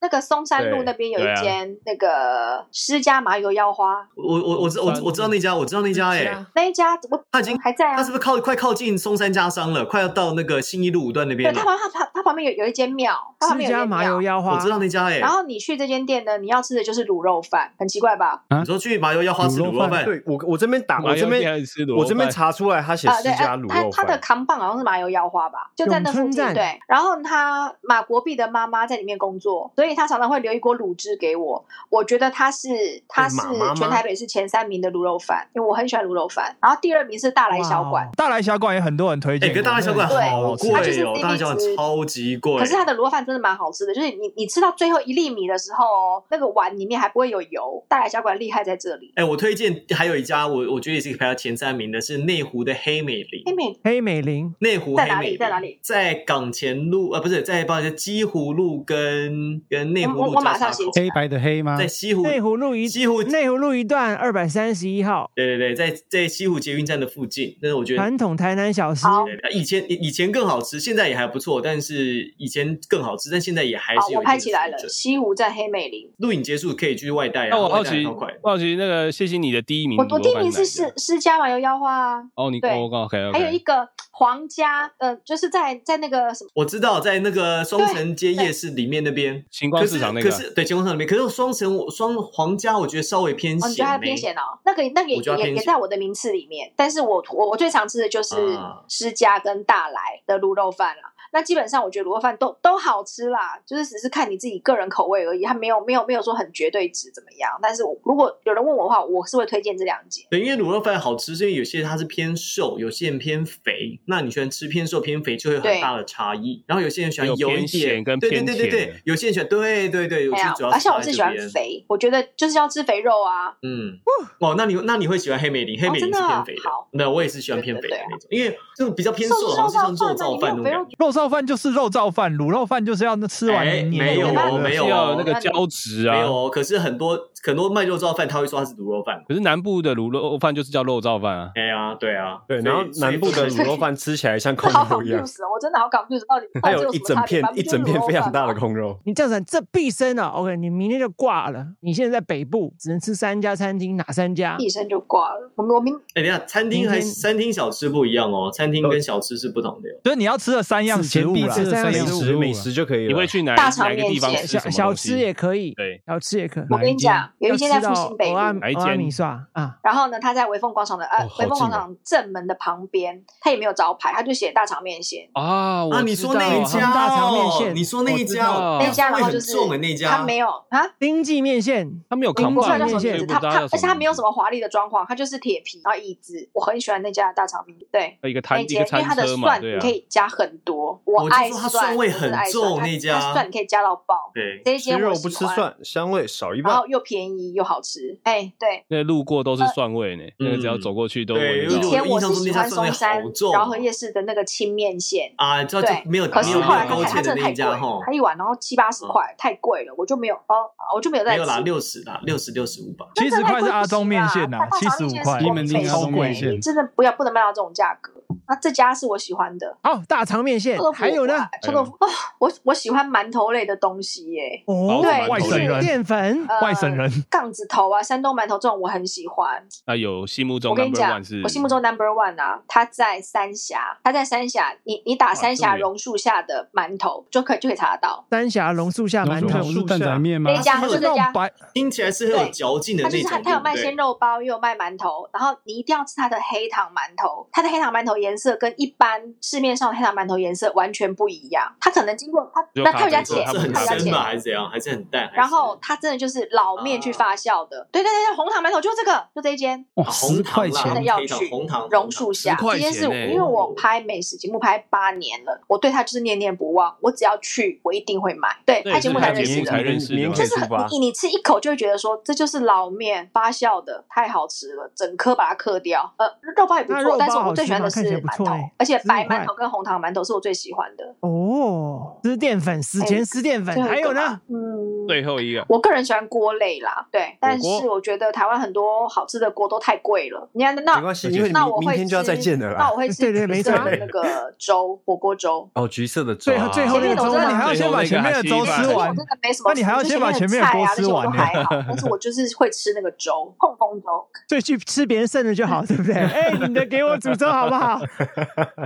Speaker 1: 那个松山路
Speaker 5: 对
Speaker 1: 那边有
Speaker 4: 对
Speaker 1: 一
Speaker 4: 啊
Speaker 1: 间那个施家麻油腰花，
Speaker 8: 我我我知我我知道那家，我知道那家，哎，
Speaker 1: 那一家我
Speaker 8: 它已经
Speaker 1: 还在啊
Speaker 8: 它。是不是靠快靠近松山家商了？快要到那个信义路五段那
Speaker 1: 对，
Speaker 8: 边
Speaker 1: 它
Speaker 8: 了？
Speaker 1: 旁它旁它旁边有有一间庙，它旁
Speaker 2: 私
Speaker 1: 边有一
Speaker 2: 家
Speaker 1: 间
Speaker 2: 麻
Speaker 1: 庙
Speaker 2: 油。腰花
Speaker 8: 我知，道那家，哎
Speaker 1: 然，后你去这间店呢，你要吃的就是卤肉饭，很奇怪吧？
Speaker 8: 你说去麻油要花吃
Speaker 7: 卤
Speaker 8: 卤
Speaker 7: 肉
Speaker 8: 肉 饭，
Speaker 5: 对我我这边打，我这
Speaker 1: 哎
Speaker 4: 麻油鸡还
Speaker 5: 边
Speaker 4: 是吃卤肉
Speaker 5: 我这边
Speaker 4: 饭
Speaker 5: 查出来，他写
Speaker 1: 啊，
Speaker 5: 私
Speaker 1: 对，
Speaker 5: 家
Speaker 1: 呃
Speaker 5: 卤
Speaker 1: 它
Speaker 5: 肉
Speaker 1: 它的
Speaker 5: 饭。
Speaker 1: 扛棒好像是麻油腰花吧，就在那附
Speaker 2: 永春
Speaker 1: 近。
Speaker 2: 站
Speaker 1: 对，然后他马国碧的妈妈在里面工作，所以他常常会留一锅卤汁给我。我觉得他是他是
Speaker 5: 马妈妈
Speaker 1: 全台北市前三名的卤肉饭，因为我很喜欢卤肉饭。然后第二名是大来小馆，
Speaker 6: 大来小馆也很多人推
Speaker 8: 哎，
Speaker 6: 荐，
Speaker 8: 可是大汉小
Speaker 6: 哦
Speaker 8: 馆
Speaker 1: 对
Speaker 8: 好贵
Speaker 1: 它就是
Speaker 8: 哦，大汉小馆
Speaker 1: CP 值
Speaker 8: 超级贵
Speaker 1: 可，是他的卤肉饭真的蛮好吃的，就是你你吃到最后一粒米的时候哦，那个碗里面还不会有油。大来小馆厉害在这里，
Speaker 8: 哎，我推荐还有一家，我我觉得也是排到前三名的，是内湖的黑美林
Speaker 1: 黑。美
Speaker 2: 黑美玲，
Speaker 8: 内湖
Speaker 1: 在
Speaker 8: 黑
Speaker 1: 哪
Speaker 8: 美
Speaker 1: 里
Speaker 8: 林
Speaker 1: 在哪里
Speaker 8: 在港前路，呃，不是，在不好意思，西湖路跟跟内湖
Speaker 1: 我
Speaker 8: 路
Speaker 1: 我马
Speaker 8: 交叉
Speaker 1: 上写
Speaker 8: 口
Speaker 1: 起
Speaker 7: 黑白的黑吗？
Speaker 8: 在西湖
Speaker 2: 内湖路一
Speaker 8: 西湖
Speaker 2: 内湖路一段二百三十一号，
Speaker 8: 对对对，在在西湖捷运站的附近，但是我觉得
Speaker 2: 传统台南小吃。
Speaker 1: 好
Speaker 8: 对以前以前更好吃，现在也还不错，但是以前更好吃，但现在也还
Speaker 1: 好
Speaker 8: 是，有
Speaker 1: 哦我
Speaker 8: 一定
Speaker 1: 拍
Speaker 8: 的
Speaker 1: 起来
Speaker 8: 水
Speaker 1: 了，
Speaker 8: 准
Speaker 1: 西湖站黑美林。
Speaker 8: 录影结束可以去外带啊，
Speaker 4: 那我好
Speaker 8: 外带
Speaker 4: 奇，
Speaker 8: 超快。
Speaker 4: 我好奇那个谢谢你的第
Speaker 8: 嗯
Speaker 4: 一名，
Speaker 1: 我我第一名
Speaker 4: 哪个
Speaker 1: 是释释迦麻油腰花啊。
Speaker 4: 哦，你
Speaker 1: 对
Speaker 4: 哦，刚好可以，
Speaker 1: 还有一个皇家，呃，就是在在那个什么，
Speaker 8: 我知道在那个双城街夜市里面那边，
Speaker 4: 星光
Speaker 8: 可
Speaker 4: 市
Speaker 8: 是
Speaker 4: 场那
Speaker 8: 可
Speaker 4: 个，
Speaker 8: 是对晴光市场里面，可是双城我双皇家我觉得稍微偏
Speaker 1: 哦，你
Speaker 8: 咸呢，
Speaker 1: 觉得它偏咸哦？那个那个也
Speaker 8: 我觉得它
Speaker 1: 也
Speaker 8: 偏
Speaker 1: 也
Speaker 8: 咸
Speaker 1: 在我的名次里面，但是我我我最常吃的就是
Speaker 8: 啊
Speaker 1: 施家跟大来的卤肉饭啦。那基本上我觉得卤肉饭都都好吃啦，就是只是看你自己个人口味而已，它没有没有没有说很绝对值怎么样。但是我如果有人问我的话，我是会推荐这两间。
Speaker 8: 对，因为卤肉饭好吃，是因为有些它是偏瘦，有些人偏肥。那你喜欢吃偏瘦偏肥，就会有
Speaker 1: 对
Speaker 8: 很大的差异。然后有些人喜欢
Speaker 4: 有
Speaker 8: 油一
Speaker 4: 偏咸
Speaker 8: 点，
Speaker 4: 跟
Speaker 8: 对对
Speaker 4: 偏
Speaker 8: 对对
Speaker 4: 甜
Speaker 8: 对，有些人喜欢，对对对，有
Speaker 1: 哎
Speaker 8: 些
Speaker 1: 呀
Speaker 8: 主要，
Speaker 1: 而且我
Speaker 8: 是
Speaker 1: 自己喜
Speaker 8: 差在
Speaker 1: 欢
Speaker 8: 这边。
Speaker 1: 肥，我觉得就是要吃肥肉啊。
Speaker 8: 嗯，哦，那你那你会喜欢黑美林？黑美林
Speaker 1: 真的
Speaker 8: 是
Speaker 1: 啊
Speaker 8: 偏肥的
Speaker 1: 好，
Speaker 8: 那我也是喜欢偏肥的
Speaker 1: 对对对
Speaker 8: 那种，因为这种比较偏
Speaker 1: 瘦
Speaker 8: 瘦，
Speaker 1: 就是
Speaker 8: 好像是
Speaker 1: 肉
Speaker 8: 像肉
Speaker 1: 燥
Speaker 8: 燥
Speaker 1: 饭啊
Speaker 8: 饭
Speaker 1: 你
Speaker 8: 那种
Speaker 1: 没有
Speaker 8: 感觉。
Speaker 6: 肉燥饭就是肉燥饭，卤肉饭就是要吃完
Speaker 8: 哎
Speaker 6: 黏
Speaker 8: 没
Speaker 6: 黏
Speaker 8: 有
Speaker 6: 的
Speaker 8: 哦，没有
Speaker 4: 是要有
Speaker 8: 哦
Speaker 4: 那个胶质啊
Speaker 8: 没。有哦，可是很多很多卖肉燥饭，他会说它是卤肉饭。
Speaker 4: 可是南部的卤肉饭就是叫肉燥饭啊，
Speaker 8: 哎呀，对啊，
Speaker 5: 对，
Speaker 8: 所以
Speaker 5: 然后南部的
Speaker 8: 所以
Speaker 5: 卤肉饭吃起来像
Speaker 1: 这
Speaker 5: 空
Speaker 1: 好
Speaker 5: 肉一样，
Speaker 1: confuse，哦我真的好 confuse，到底
Speaker 5: 还
Speaker 1: 到底
Speaker 5: 有
Speaker 1: 什
Speaker 5: 一
Speaker 1: 么
Speaker 5: 整
Speaker 1: 差别
Speaker 5: 片
Speaker 1: 反正
Speaker 5: 一
Speaker 1: 就是
Speaker 5: 整片
Speaker 1: 卤肉
Speaker 5: 非常
Speaker 1: 饭
Speaker 5: 大
Speaker 1: 嘛
Speaker 5: 的 空肉。
Speaker 2: 你这样子，这毕生啊，OK，你明天就挂了。你现在在北部，只能吃三家餐厅，哪三家？
Speaker 1: 一声就挂了。我们我明
Speaker 8: 哎，等一下，餐厅还
Speaker 2: 明天
Speaker 8: 餐厅小吃不一样哦，餐厅跟小吃是不同的哦。
Speaker 6: 就是你要吃的三样
Speaker 7: 此
Speaker 6: 食
Speaker 7: 前
Speaker 6: 物
Speaker 7: 必
Speaker 6: 啦
Speaker 7: 吃。
Speaker 8: 哎
Speaker 7: 的三
Speaker 2: 对
Speaker 5: 美
Speaker 7: 样
Speaker 2: 这样
Speaker 7: 食
Speaker 5: 食
Speaker 7: 物
Speaker 5: 美
Speaker 7: 啊
Speaker 5: 食就可以了。
Speaker 4: 你会去哪
Speaker 1: 大肠
Speaker 4: 哪个地方
Speaker 1: 面
Speaker 4: 吃
Speaker 1: 线
Speaker 4: 什
Speaker 2: 小
Speaker 4: 么东西
Speaker 2: 小吃也可以，
Speaker 4: 对，
Speaker 2: 小吃也可以。
Speaker 1: 我跟
Speaker 7: 哪
Speaker 1: 你
Speaker 7: 一间
Speaker 1: 讲，有一间在复兴北
Speaker 2: 欧阿
Speaker 1: 路，
Speaker 4: 哪一
Speaker 2: 欧阿
Speaker 4: 间
Speaker 2: 米刷啊，
Speaker 1: 然后呢，他在微风广场的呃
Speaker 5: 哦好
Speaker 1: 微风广
Speaker 5: 近啊
Speaker 1: 场正门的旁边，他也没有招牌，他就写大肠面线。
Speaker 4: 啊，我
Speaker 8: 啊，你
Speaker 4: 知
Speaker 8: 说那
Speaker 4: 道
Speaker 8: 一
Speaker 4: 啊
Speaker 8: 家
Speaker 2: 大肠面
Speaker 8: 哦
Speaker 2: 线
Speaker 8: 你说那一家哦，
Speaker 4: 我知道
Speaker 1: 那家
Speaker 8: 味
Speaker 1: 然后
Speaker 8: 很
Speaker 1: 就是
Speaker 8: 重的那家，
Speaker 1: 他没有啊，
Speaker 2: 丁记面线，
Speaker 4: 他没有
Speaker 1: 我
Speaker 4: 扛
Speaker 1: 不知道
Speaker 4: 棒，
Speaker 1: 叫什么
Speaker 4: 所以
Speaker 1: 名字，
Speaker 4: 不
Speaker 1: 他
Speaker 4: 知道
Speaker 1: 他
Speaker 4: 叫
Speaker 1: 而且他没有
Speaker 4: 名
Speaker 1: 什
Speaker 4: 字
Speaker 1: 么华丽的装潢，他就是铁皮然后椅子，我很喜欢那家大肠面。对，
Speaker 4: 一
Speaker 1: 那
Speaker 4: 个摊一
Speaker 1: 间
Speaker 4: 个
Speaker 1: 因为
Speaker 4: 餐
Speaker 1: 它的
Speaker 4: 车嘛，
Speaker 1: 蒜
Speaker 4: 对
Speaker 1: 你
Speaker 4: 啊
Speaker 1: 可，以加很多，有，我
Speaker 8: 我就
Speaker 1: 爱
Speaker 8: 说它
Speaker 1: 蒜，
Speaker 8: 蒜味
Speaker 1: 我就是
Speaker 8: 很
Speaker 1: 爱蒜
Speaker 8: 重
Speaker 1: 它
Speaker 8: 那家
Speaker 1: 它蒜可以加到爆，
Speaker 8: 对，
Speaker 1: 这一
Speaker 5: 吃
Speaker 1: 间
Speaker 5: 肉
Speaker 1: 我
Speaker 5: 不
Speaker 1: 喜
Speaker 5: 吃
Speaker 1: 欢，哦
Speaker 5: 蒜，香味少一
Speaker 1: 然
Speaker 5: 半
Speaker 8: 哦
Speaker 1: 后。又便宜又好吃，哎，对。
Speaker 4: 那路过都是蒜味呢，那个只要走过去都
Speaker 8: 对
Speaker 4: 闻
Speaker 1: 以
Speaker 4: 得到。
Speaker 8: 因为
Speaker 1: 前我
Speaker 8: 印
Speaker 1: 是
Speaker 8: 象中
Speaker 1: 喜
Speaker 8: 那
Speaker 1: 欢
Speaker 8: 家
Speaker 1: 松
Speaker 8: 蒜味
Speaker 1: 山
Speaker 8: 好重哦
Speaker 1: 饶河夜市的那个青面线，
Speaker 8: 啊，知道就
Speaker 1: 对
Speaker 8: 没有
Speaker 1: 可
Speaker 8: 没
Speaker 1: 是
Speaker 8: 有
Speaker 1: 后来
Speaker 8: 高
Speaker 1: 它
Speaker 8: 铁
Speaker 1: 它
Speaker 8: 的
Speaker 1: 真的
Speaker 8: 那
Speaker 1: 太贵
Speaker 8: 一家哈
Speaker 1: 了，，它一碗然后七八十
Speaker 8: 嗯
Speaker 1: 块，太贵了，我就没有哦，我就没有
Speaker 8: 没
Speaker 1: 再
Speaker 8: 有啦，
Speaker 1: 吃。
Speaker 8: 六十啦，六十六十五吧。
Speaker 6: 七十块是阿忠面线呐、啊
Speaker 1: 呐，
Speaker 6: 七十五块
Speaker 1: 你
Speaker 7: 你
Speaker 1: 们
Speaker 7: 们那个
Speaker 6: 超贵
Speaker 7: 线
Speaker 1: 真的不要不能卖到这种价格。那这家是我喜欢的，
Speaker 2: 好，大肠面线
Speaker 6: 哎
Speaker 1: 臭豆，腐
Speaker 2: 还有
Speaker 1: 我
Speaker 2: 呢
Speaker 1: 爱，臭豆腐哦，我我喜欢馒头类的东西耶，
Speaker 2: 哦，
Speaker 1: 对
Speaker 6: 外省人
Speaker 2: 淀粉，
Speaker 1: 呃
Speaker 6: 外省人
Speaker 1: 杠子头啊，山东馒头这种我很喜欢。
Speaker 4: 那有心目中
Speaker 1: 我跟你
Speaker 4: number
Speaker 1: 讲
Speaker 4: one 是，
Speaker 1: 我心目中 number one 啊，它在三峡，它在三峡，你你打三峡
Speaker 4: 这么远
Speaker 1: 榕树下的馒头就可以就可以查得到。
Speaker 2: 三峡榕树下馒
Speaker 7: 老
Speaker 2: 头
Speaker 7: 鼠，是蛋仔面吗
Speaker 1: 那？家
Speaker 8: 它
Speaker 1: 就是这
Speaker 6: 那
Speaker 1: 家
Speaker 6: 种，白
Speaker 8: 听起来是很有
Speaker 1: 对
Speaker 8: 嚼劲的
Speaker 1: 它
Speaker 8: 那
Speaker 1: 就
Speaker 8: 种，
Speaker 1: 是它，它有卖
Speaker 8: 对不对
Speaker 1: 鲜肉包，也有卖馒头，然后你一定要吃它的黑糖馒头。它的黑糖馒头颜色跟一般市面上的黑糖馒头颜色完全不一样，它可能经过它
Speaker 4: 就
Speaker 1: 那
Speaker 4: 咖
Speaker 1: 它有
Speaker 4: 啡
Speaker 1: 加
Speaker 4: 色
Speaker 1: 钱，
Speaker 4: 它
Speaker 8: 是
Speaker 4: 不
Speaker 1: 它有
Speaker 8: 很
Speaker 1: 加
Speaker 4: 是
Speaker 8: 深
Speaker 1: 钱，
Speaker 8: 吧，还是怎样，还是很淡？还是
Speaker 1: 然后它真的就是老面去发酵的。对对对对，红糖馒头就这个，就这一间。
Speaker 7: 哇，
Speaker 8: 啊
Speaker 7: 十
Speaker 8: 红
Speaker 7: 块
Speaker 8: 糖啦
Speaker 1: 真的
Speaker 7: 钱，
Speaker 1: 要
Speaker 8: 黑糖
Speaker 1: 去
Speaker 8: 红糖
Speaker 1: 榕树下
Speaker 4: 10块
Speaker 1: 这件事，
Speaker 4: 钱欸
Speaker 1: 因为我拍美食节目拍八年了，我对它就是念念不忘。我只要去，我一定会买。对，
Speaker 4: 对
Speaker 1: 拍节目
Speaker 4: 是
Speaker 1: 才
Speaker 4: 拍
Speaker 1: 认
Speaker 4: 节
Speaker 1: 识
Speaker 4: 目
Speaker 1: 的
Speaker 4: 才。认识的
Speaker 5: 明
Speaker 4: 嘛
Speaker 5: 明
Speaker 1: 就
Speaker 5: 显
Speaker 1: 是很
Speaker 5: 出发。
Speaker 1: 你你吃一口就会觉得说这就是老面发酵的，太好吃了，整颗把它嗑掉。呃，肉包也不
Speaker 2: 那
Speaker 1: 错
Speaker 2: 肉，包
Speaker 1: 但是
Speaker 2: 好
Speaker 1: 我最
Speaker 2: 吃
Speaker 1: 喜欢
Speaker 2: 吗
Speaker 1: 的
Speaker 2: 看起来
Speaker 1: 是
Speaker 2: 不
Speaker 1: 馒
Speaker 2: 错
Speaker 1: 头
Speaker 2: 欸，
Speaker 1: 而且
Speaker 2: 15
Speaker 1: 白
Speaker 2: 块
Speaker 1: 馒头跟红糖馒头是我最喜欢的。
Speaker 2: 哦，吃淀粉，死前吃淀粉，
Speaker 1: 最后一
Speaker 2: 还有
Speaker 1: 个
Speaker 2: 呢
Speaker 1: 吧，，嗯，
Speaker 4: 最后一个
Speaker 1: 我个人喜欢锅类啦，对，但
Speaker 4: 锅
Speaker 1: 是我觉得台湾很多好吃的锅都太贵了。你看，那
Speaker 5: 没关系，因为你
Speaker 1: 那我
Speaker 5: 明
Speaker 1: 会
Speaker 5: 明天就要
Speaker 1: 吃
Speaker 5: 再见了
Speaker 1: 那
Speaker 5: 啦
Speaker 1: 我。 会吃
Speaker 2: 对对
Speaker 1: 橘
Speaker 2: 没
Speaker 1: 色的
Speaker 5: 差
Speaker 1: 那个粥，火锅 粥。
Speaker 5: 哦，橘色的粥
Speaker 2: 最后
Speaker 5: 啊
Speaker 2: 最后那个
Speaker 1: 前面的我
Speaker 2: 粥，
Speaker 1: 真的
Speaker 2: 那你还要先把前面的粥吃
Speaker 4: 吃
Speaker 1: 因为我
Speaker 2: 完
Speaker 1: 真。的没什么
Speaker 2: 那
Speaker 1: 吃，
Speaker 2: 你还要
Speaker 1: 就
Speaker 2: 先把
Speaker 1: 前
Speaker 2: 前面
Speaker 1: 的
Speaker 2: 的
Speaker 1: 菜啊
Speaker 2: 锅
Speaker 1: 那
Speaker 2: 吃
Speaker 1: 些我
Speaker 2: 完
Speaker 1: 都
Speaker 2: 呢
Speaker 1: 还好，但是我就是会吃那个粥，痛风粥。
Speaker 2: 对，去吃别人剩的就好，对不 对？哎、你的给我煮粥好不好？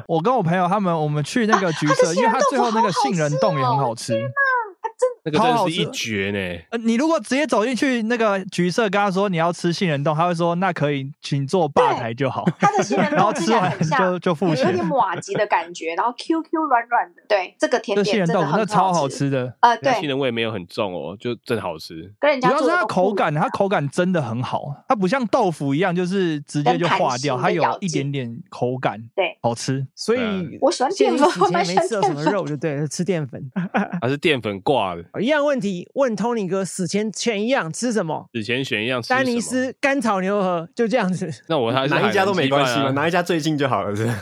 Speaker 6: 我跟我朋友他们，我们去那个橘
Speaker 1: 啊它的
Speaker 6: 色，因为
Speaker 1: 杏仁
Speaker 6: 它最后那个
Speaker 1: 豆腐好好哦
Speaker 6: 杏仁冻也很好吃。
Speaker 1: 它真的
Speaker 4: 那个真
Speaker 6: 好
Speaker 4: 的
Speaker 6: 好
Speaker 4: 是一
Speaker 6: 吃
Speaker 4: 绝呢。
Speaker 6: 呃，你如果直接走进去那个橘色，跟他说你要吃杏仁冻，他会说那可以，请坐吧台就好。
Speaker 1: 它 的杏 仁
Speaker 6: 然
Speaker 1: 豆
Speaker 6: 后
Speaker 1: 吃
Speaker 6: 吃
Speaker 1: 起来
Speaker 6: 完
Speaker 1: 很像
Speaker 6: 就就付
Speaker 1: 有有
Speaker 6: 钱。
Speaker 1: 点瓦吉的感觉，然后 Q Q 软软的。对，这个甜
Speaker 6: 这杏
Speaker 1: 点
Speaker 6: 仁
Speaker 1: 真
Speaker 6: 豆
Speaker 1: 的
Speaker 6: 腐那
Speaker 1: 很
Speaker 6: 超好
Speaker 1: 好。
Speaker 6: 吃的，
Speaker 1: 呃，
Speaker 4: 那杏
Speaker 1: 对，
Speaker 4: 仁味没有很重哦，就真好吃。
Speaker 1: 跟人
Speaker 6: 主
Speaker 1: 家
Speaker 6: 要
Speaker 1: 做
Speaker 6: 是
Speaker 1: 的
Speaker 6: 它
Speaker 1: 都
Speaker 6: 口
Speaker 1: 不一
Speaker 6: 感，它
Speaker 1: 样
Speaker 6: 口感真的很好，它不像豆腐一样就是直接就化掉，
Speaker 1: 跟
Speaker 6: 它
Speaker 1: 弹性
Speaker 6: 有
Speaker 1: 跟咬
Speaker 6: 一
Speaker 1: 劲
Speaker 6: 点点口感，
Speaker 1: 对，
Speaker 6: 好吃。
Speaker 2: 所
Speaker 4: 嗯
Speaker 2: 以
Speaker 1: 我喜欢淀粉
Speaker 2: 建议死
Speaker 1: 我蛮喜
Speaker 2: 前没
Speaker 1: 欢
Speaker 2: 吃到什
Speaker 1: 淀
Speaker 2: 么
Speaker 1: 粉
Speaker 2: 肉就对了，吃淀粉。
Speaker 4: 它是淀粉挂的，
Speaker 2: 一样问题，问 Tony 哥死前选一样吃什么？
Speaker 4: 之前选一样吃
Speaker 2: 丹尼
Speaker 4: 什么
Speaker 2: 斯干炒牛河就这样子，
Speaker 4: 那我还是
Speaker 5: 哪一家都没关系嘛，
Speaker 4: 嘛，
Speaker 5: 哪一家最近就好了。是不是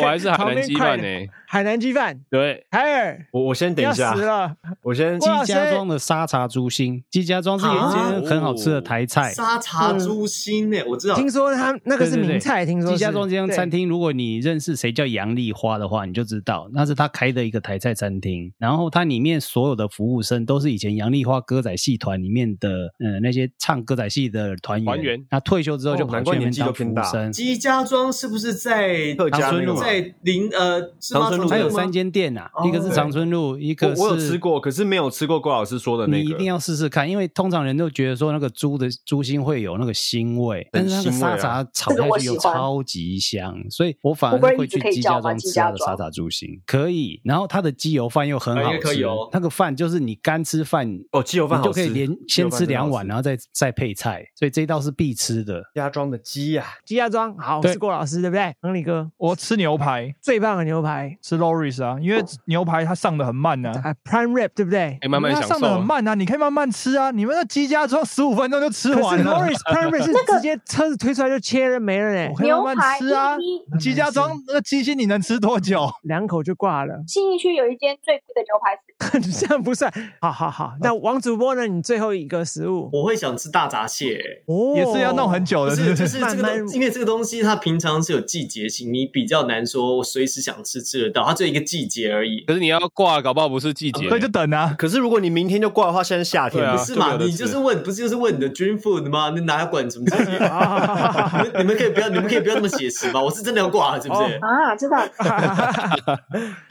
Speaker 4: 我还是海
Speaker 2: 旁
Speaker 4: 南
Speaker 2: 边
Speaker 4: 鸡
Speaker 2: 快
Speaker 4: 饭呢。
Speaker 2: 海南鸡饭，
Speaker 4: 欸对，
Speaker 2: 海尔
Speaker 5: 我我先等
Speaker 2: 要
Speaker 5: 一
Speaker 2: 死
Speaker 5: 下，
Speaker 2: 了，
Speaker 5: 我先
Speaker 2: 哇
Speaker 7: 季家庄的沙茶猪心，季家庄是有一
Speaker 3: 啊
Speaker 7: 间很好吃的台菜。嗯
Speaker 8: 沙茶猪心哎呢，我知道，
Speaker 2: 听说他那个是
Speaker 7: 对对对
Speaker 2: 名菜，听说
Speaker 7: 季
Speaker 2: 是
Speaker 7: 家庄这间餐
Speaker 2: 对
Speaker 7: 厅，如果你认识谁叫杨丽花的话，你就知道那是他开的一个台菜餐厅。然后它里面所有的服务生都是以前杨丽花歌仔戏团里面的，呃，那些唱歌仔戏的团
Speaker 4: 团
Speaker 7: 员
Speaker 4: 员。
Speaker 7: 那退休之后就跑去那边当服务生。
Speaker 8: 鸡家庄是不是在
Speaker 5: 客家那
Speaker 7: 长
Speaker 5: 个
Speaker 7: 孙路
Speaker 5: 嘛
Speaker 8: 在林呃芝麻
Speaker 5: 长春路
Speaker 8: 厂
Speaker 7: 它有
Speaker 8: 吗
Speaker 7: 三间店啊，
Speaker 8: 哦
Speaker 7: 一个是长春路，一
Speaker 5: 我
Speaker 7: 个是
Speaker 5: 我有吃过，可是没有吃过郭老师说的那个。
Speaker 7: 你一定要试试看，因为通常人都觉得说那个猪的猪心会有那个腥味，但
Speaker 5: 很
Speaker 7: 是那个
Speaker 5: 腥味
Speaker 7: 沙
Speaker 5: 啊
Speaker 7: 茶炒
Speaker 1: 这
Speaker 7: 下
Speaker 1: 个我
Speaker 7: 去
Speaker 1: 喜
Speaker 7: 又
Speaker 1: 欢
Speaker 7: 超级香，所以我反而
Speaker 1: Uber
Speaker 7: 会
Speaker 1: Eats
Speaker 7: 去
Speaker 1: 可以
Speaker 7: 鸡
Speaker 1: 叫
Speaker 7: 家
Speaker 1: 吗
Speaker 7: 庄
Speaker 1: 鸡
Speaker 7: 吃
Speaker 1: 家
Speaker 7: 它的沙
Speaker 1: 庄
Speaker 7: 茶猪心，可以。然后它的鸡油饭又很
Speaker 5: 哎
Speaker 8: 啊
Speaker 7: 好
Speaker 8: 也可以
Speaker 7: 吃
Speaker 8: 哦，
Speaker 7: 那个饭就是你干吃饭
Speaker 5: 哦，鸡油饭
Speaker 7: 你
Speaker 5: 好
Speaker 7: 就
Speaker 5: 吃，
Speaker 7: 可以连
Speaker 5: 鸡
Speaker 7: 先
Speaker 5: 油饭
Speaker 7: 吃
Speaker 5: 真的好
Speaker 7: 两碗，然后再再配菜，所以这一道是必吃的。
Speaker 5: 家庄的鸡呀、
Speaker 2: 季家庄好，我
Speaker 6: 对
Speaker 2: 是郭老师，对不对？亨利哥
Speaker 6: 我吃牛排，
Speaker 2: 最棒的牛排，
Speaker 6: 吃 Loris 啊，
Speaker 1: 哦
Speaker 6: 因为牛排它上的很慢呢、
Speaker 2: 啊，Prime Rib，对不对？
Speaker 4: 哎，慢慢
Speaker 6: 它
Speaker 4: 享
Speaker 6: 上的很
Speaker 4: 受。
Speaker 6: 慢啊，你可以慢慢吃啊。你们那鸡家庄十五分钟就吃
Speaker 2: 可
Speaker 6: 完
Speaker 2: 是
Speaker 6: 了，
Speaker 2: Loris Prime Rib 是直接车子推出来就切了没了呢
Speaker 6: 我，可以
Speaker 1: 牛
Speaker 6: 慢慢
Speaker 1: 排
Speaker 6: 吃啊
Speaker 1: 一。一
Speaker 6: 鸡家庄那个鸡心你能吃多久？
Speaker 2: 两口就挂了，
Speaker 1: 信义区有一间最贵的牛排是
Speaker 2: 这样不算。好好好，那王主播呢？你最后一个食物
Speaker 8: 我会想吃大 闸蟹，
Speaker 2: 哦，
Speaker 6: 也是要弄很久
Speaker 8: 不
Speaker 6: 的，
Speaker 8: 是，
Speaker 6: 是
Speaker 8: 就
Speaker 6: 不
Speaker 8: 是
Speaker 6: 是？
Speaker 8: 这个
Speaker 2: 慢
Speaker 8: 东，
Speaker 2: 慢
Speaker 8: 因为这个东西它平常是有季节性，你比较难说我随时想吃吃得到，它只有一个季节而已。
Speaker 4: 可是你要挂，搞不好不是季节。
Speaker 6: 对，就等啊。
Speaker 5: 可是如果你明天就挂的话，现在是夏天
Speaker 4: 对啊啊
Speaker 8: 不
Speaker 5: 了，
Speaker 8: 是
Speaker 4: 就
Speaker 8: 嘛？
Speaker 4: 没有得
Speaker 8: 你就
Speaker 4: 吃
Speaker 8: 是问，不是就是问你的 dream food 吗？你哪管什么季 节？
Speaker 2: 啊
Speaker 8: 你们你们可以不要，你们可以不要那么写实吧？我是真的要挂了，是不
Speaker 4: 哦
Speaker 8: 是？
Speaker 1: 啊，知道。
Speaker 2: 哦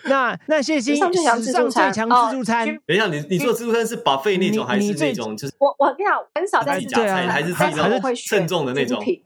Speaker 2: 那那谢欣
Speaker 1: 史上最强
Speaker 2: 史
Speaker 1: 自
Speaker 2: 上
Speaker 1: 助
Speaker 2: 最
Speaker 1: 餐
Speaker 2: 强
Speaker 1: 哦
Speaker 2: 自助餐，
Speaker 1: 君
Speaker 8: 等一下，你你做自助餐是 buffet 那
Speaker 2: 你
Speaker 8: 种，还
Speaker 2: 你
Speaker 8: 是
Speaker 2: 最
Speaker 8: 那种就是
Speaker 1: 我我跟你讲，很少在
Speaker 8: 自己夹
Speaker 2: 对啊
Speaker 8: 菜，还是自
Speaker 1: 但
Speaker 8: 己
Speaker 1: 是我
Speaker 8: 那
Speaker 1: 会
Speaker 8: 种
Speaker 1: 选
Speaker 8: 称重的那
Speaker 1: 精
Speaker 8: 种？
Speaker 1: 品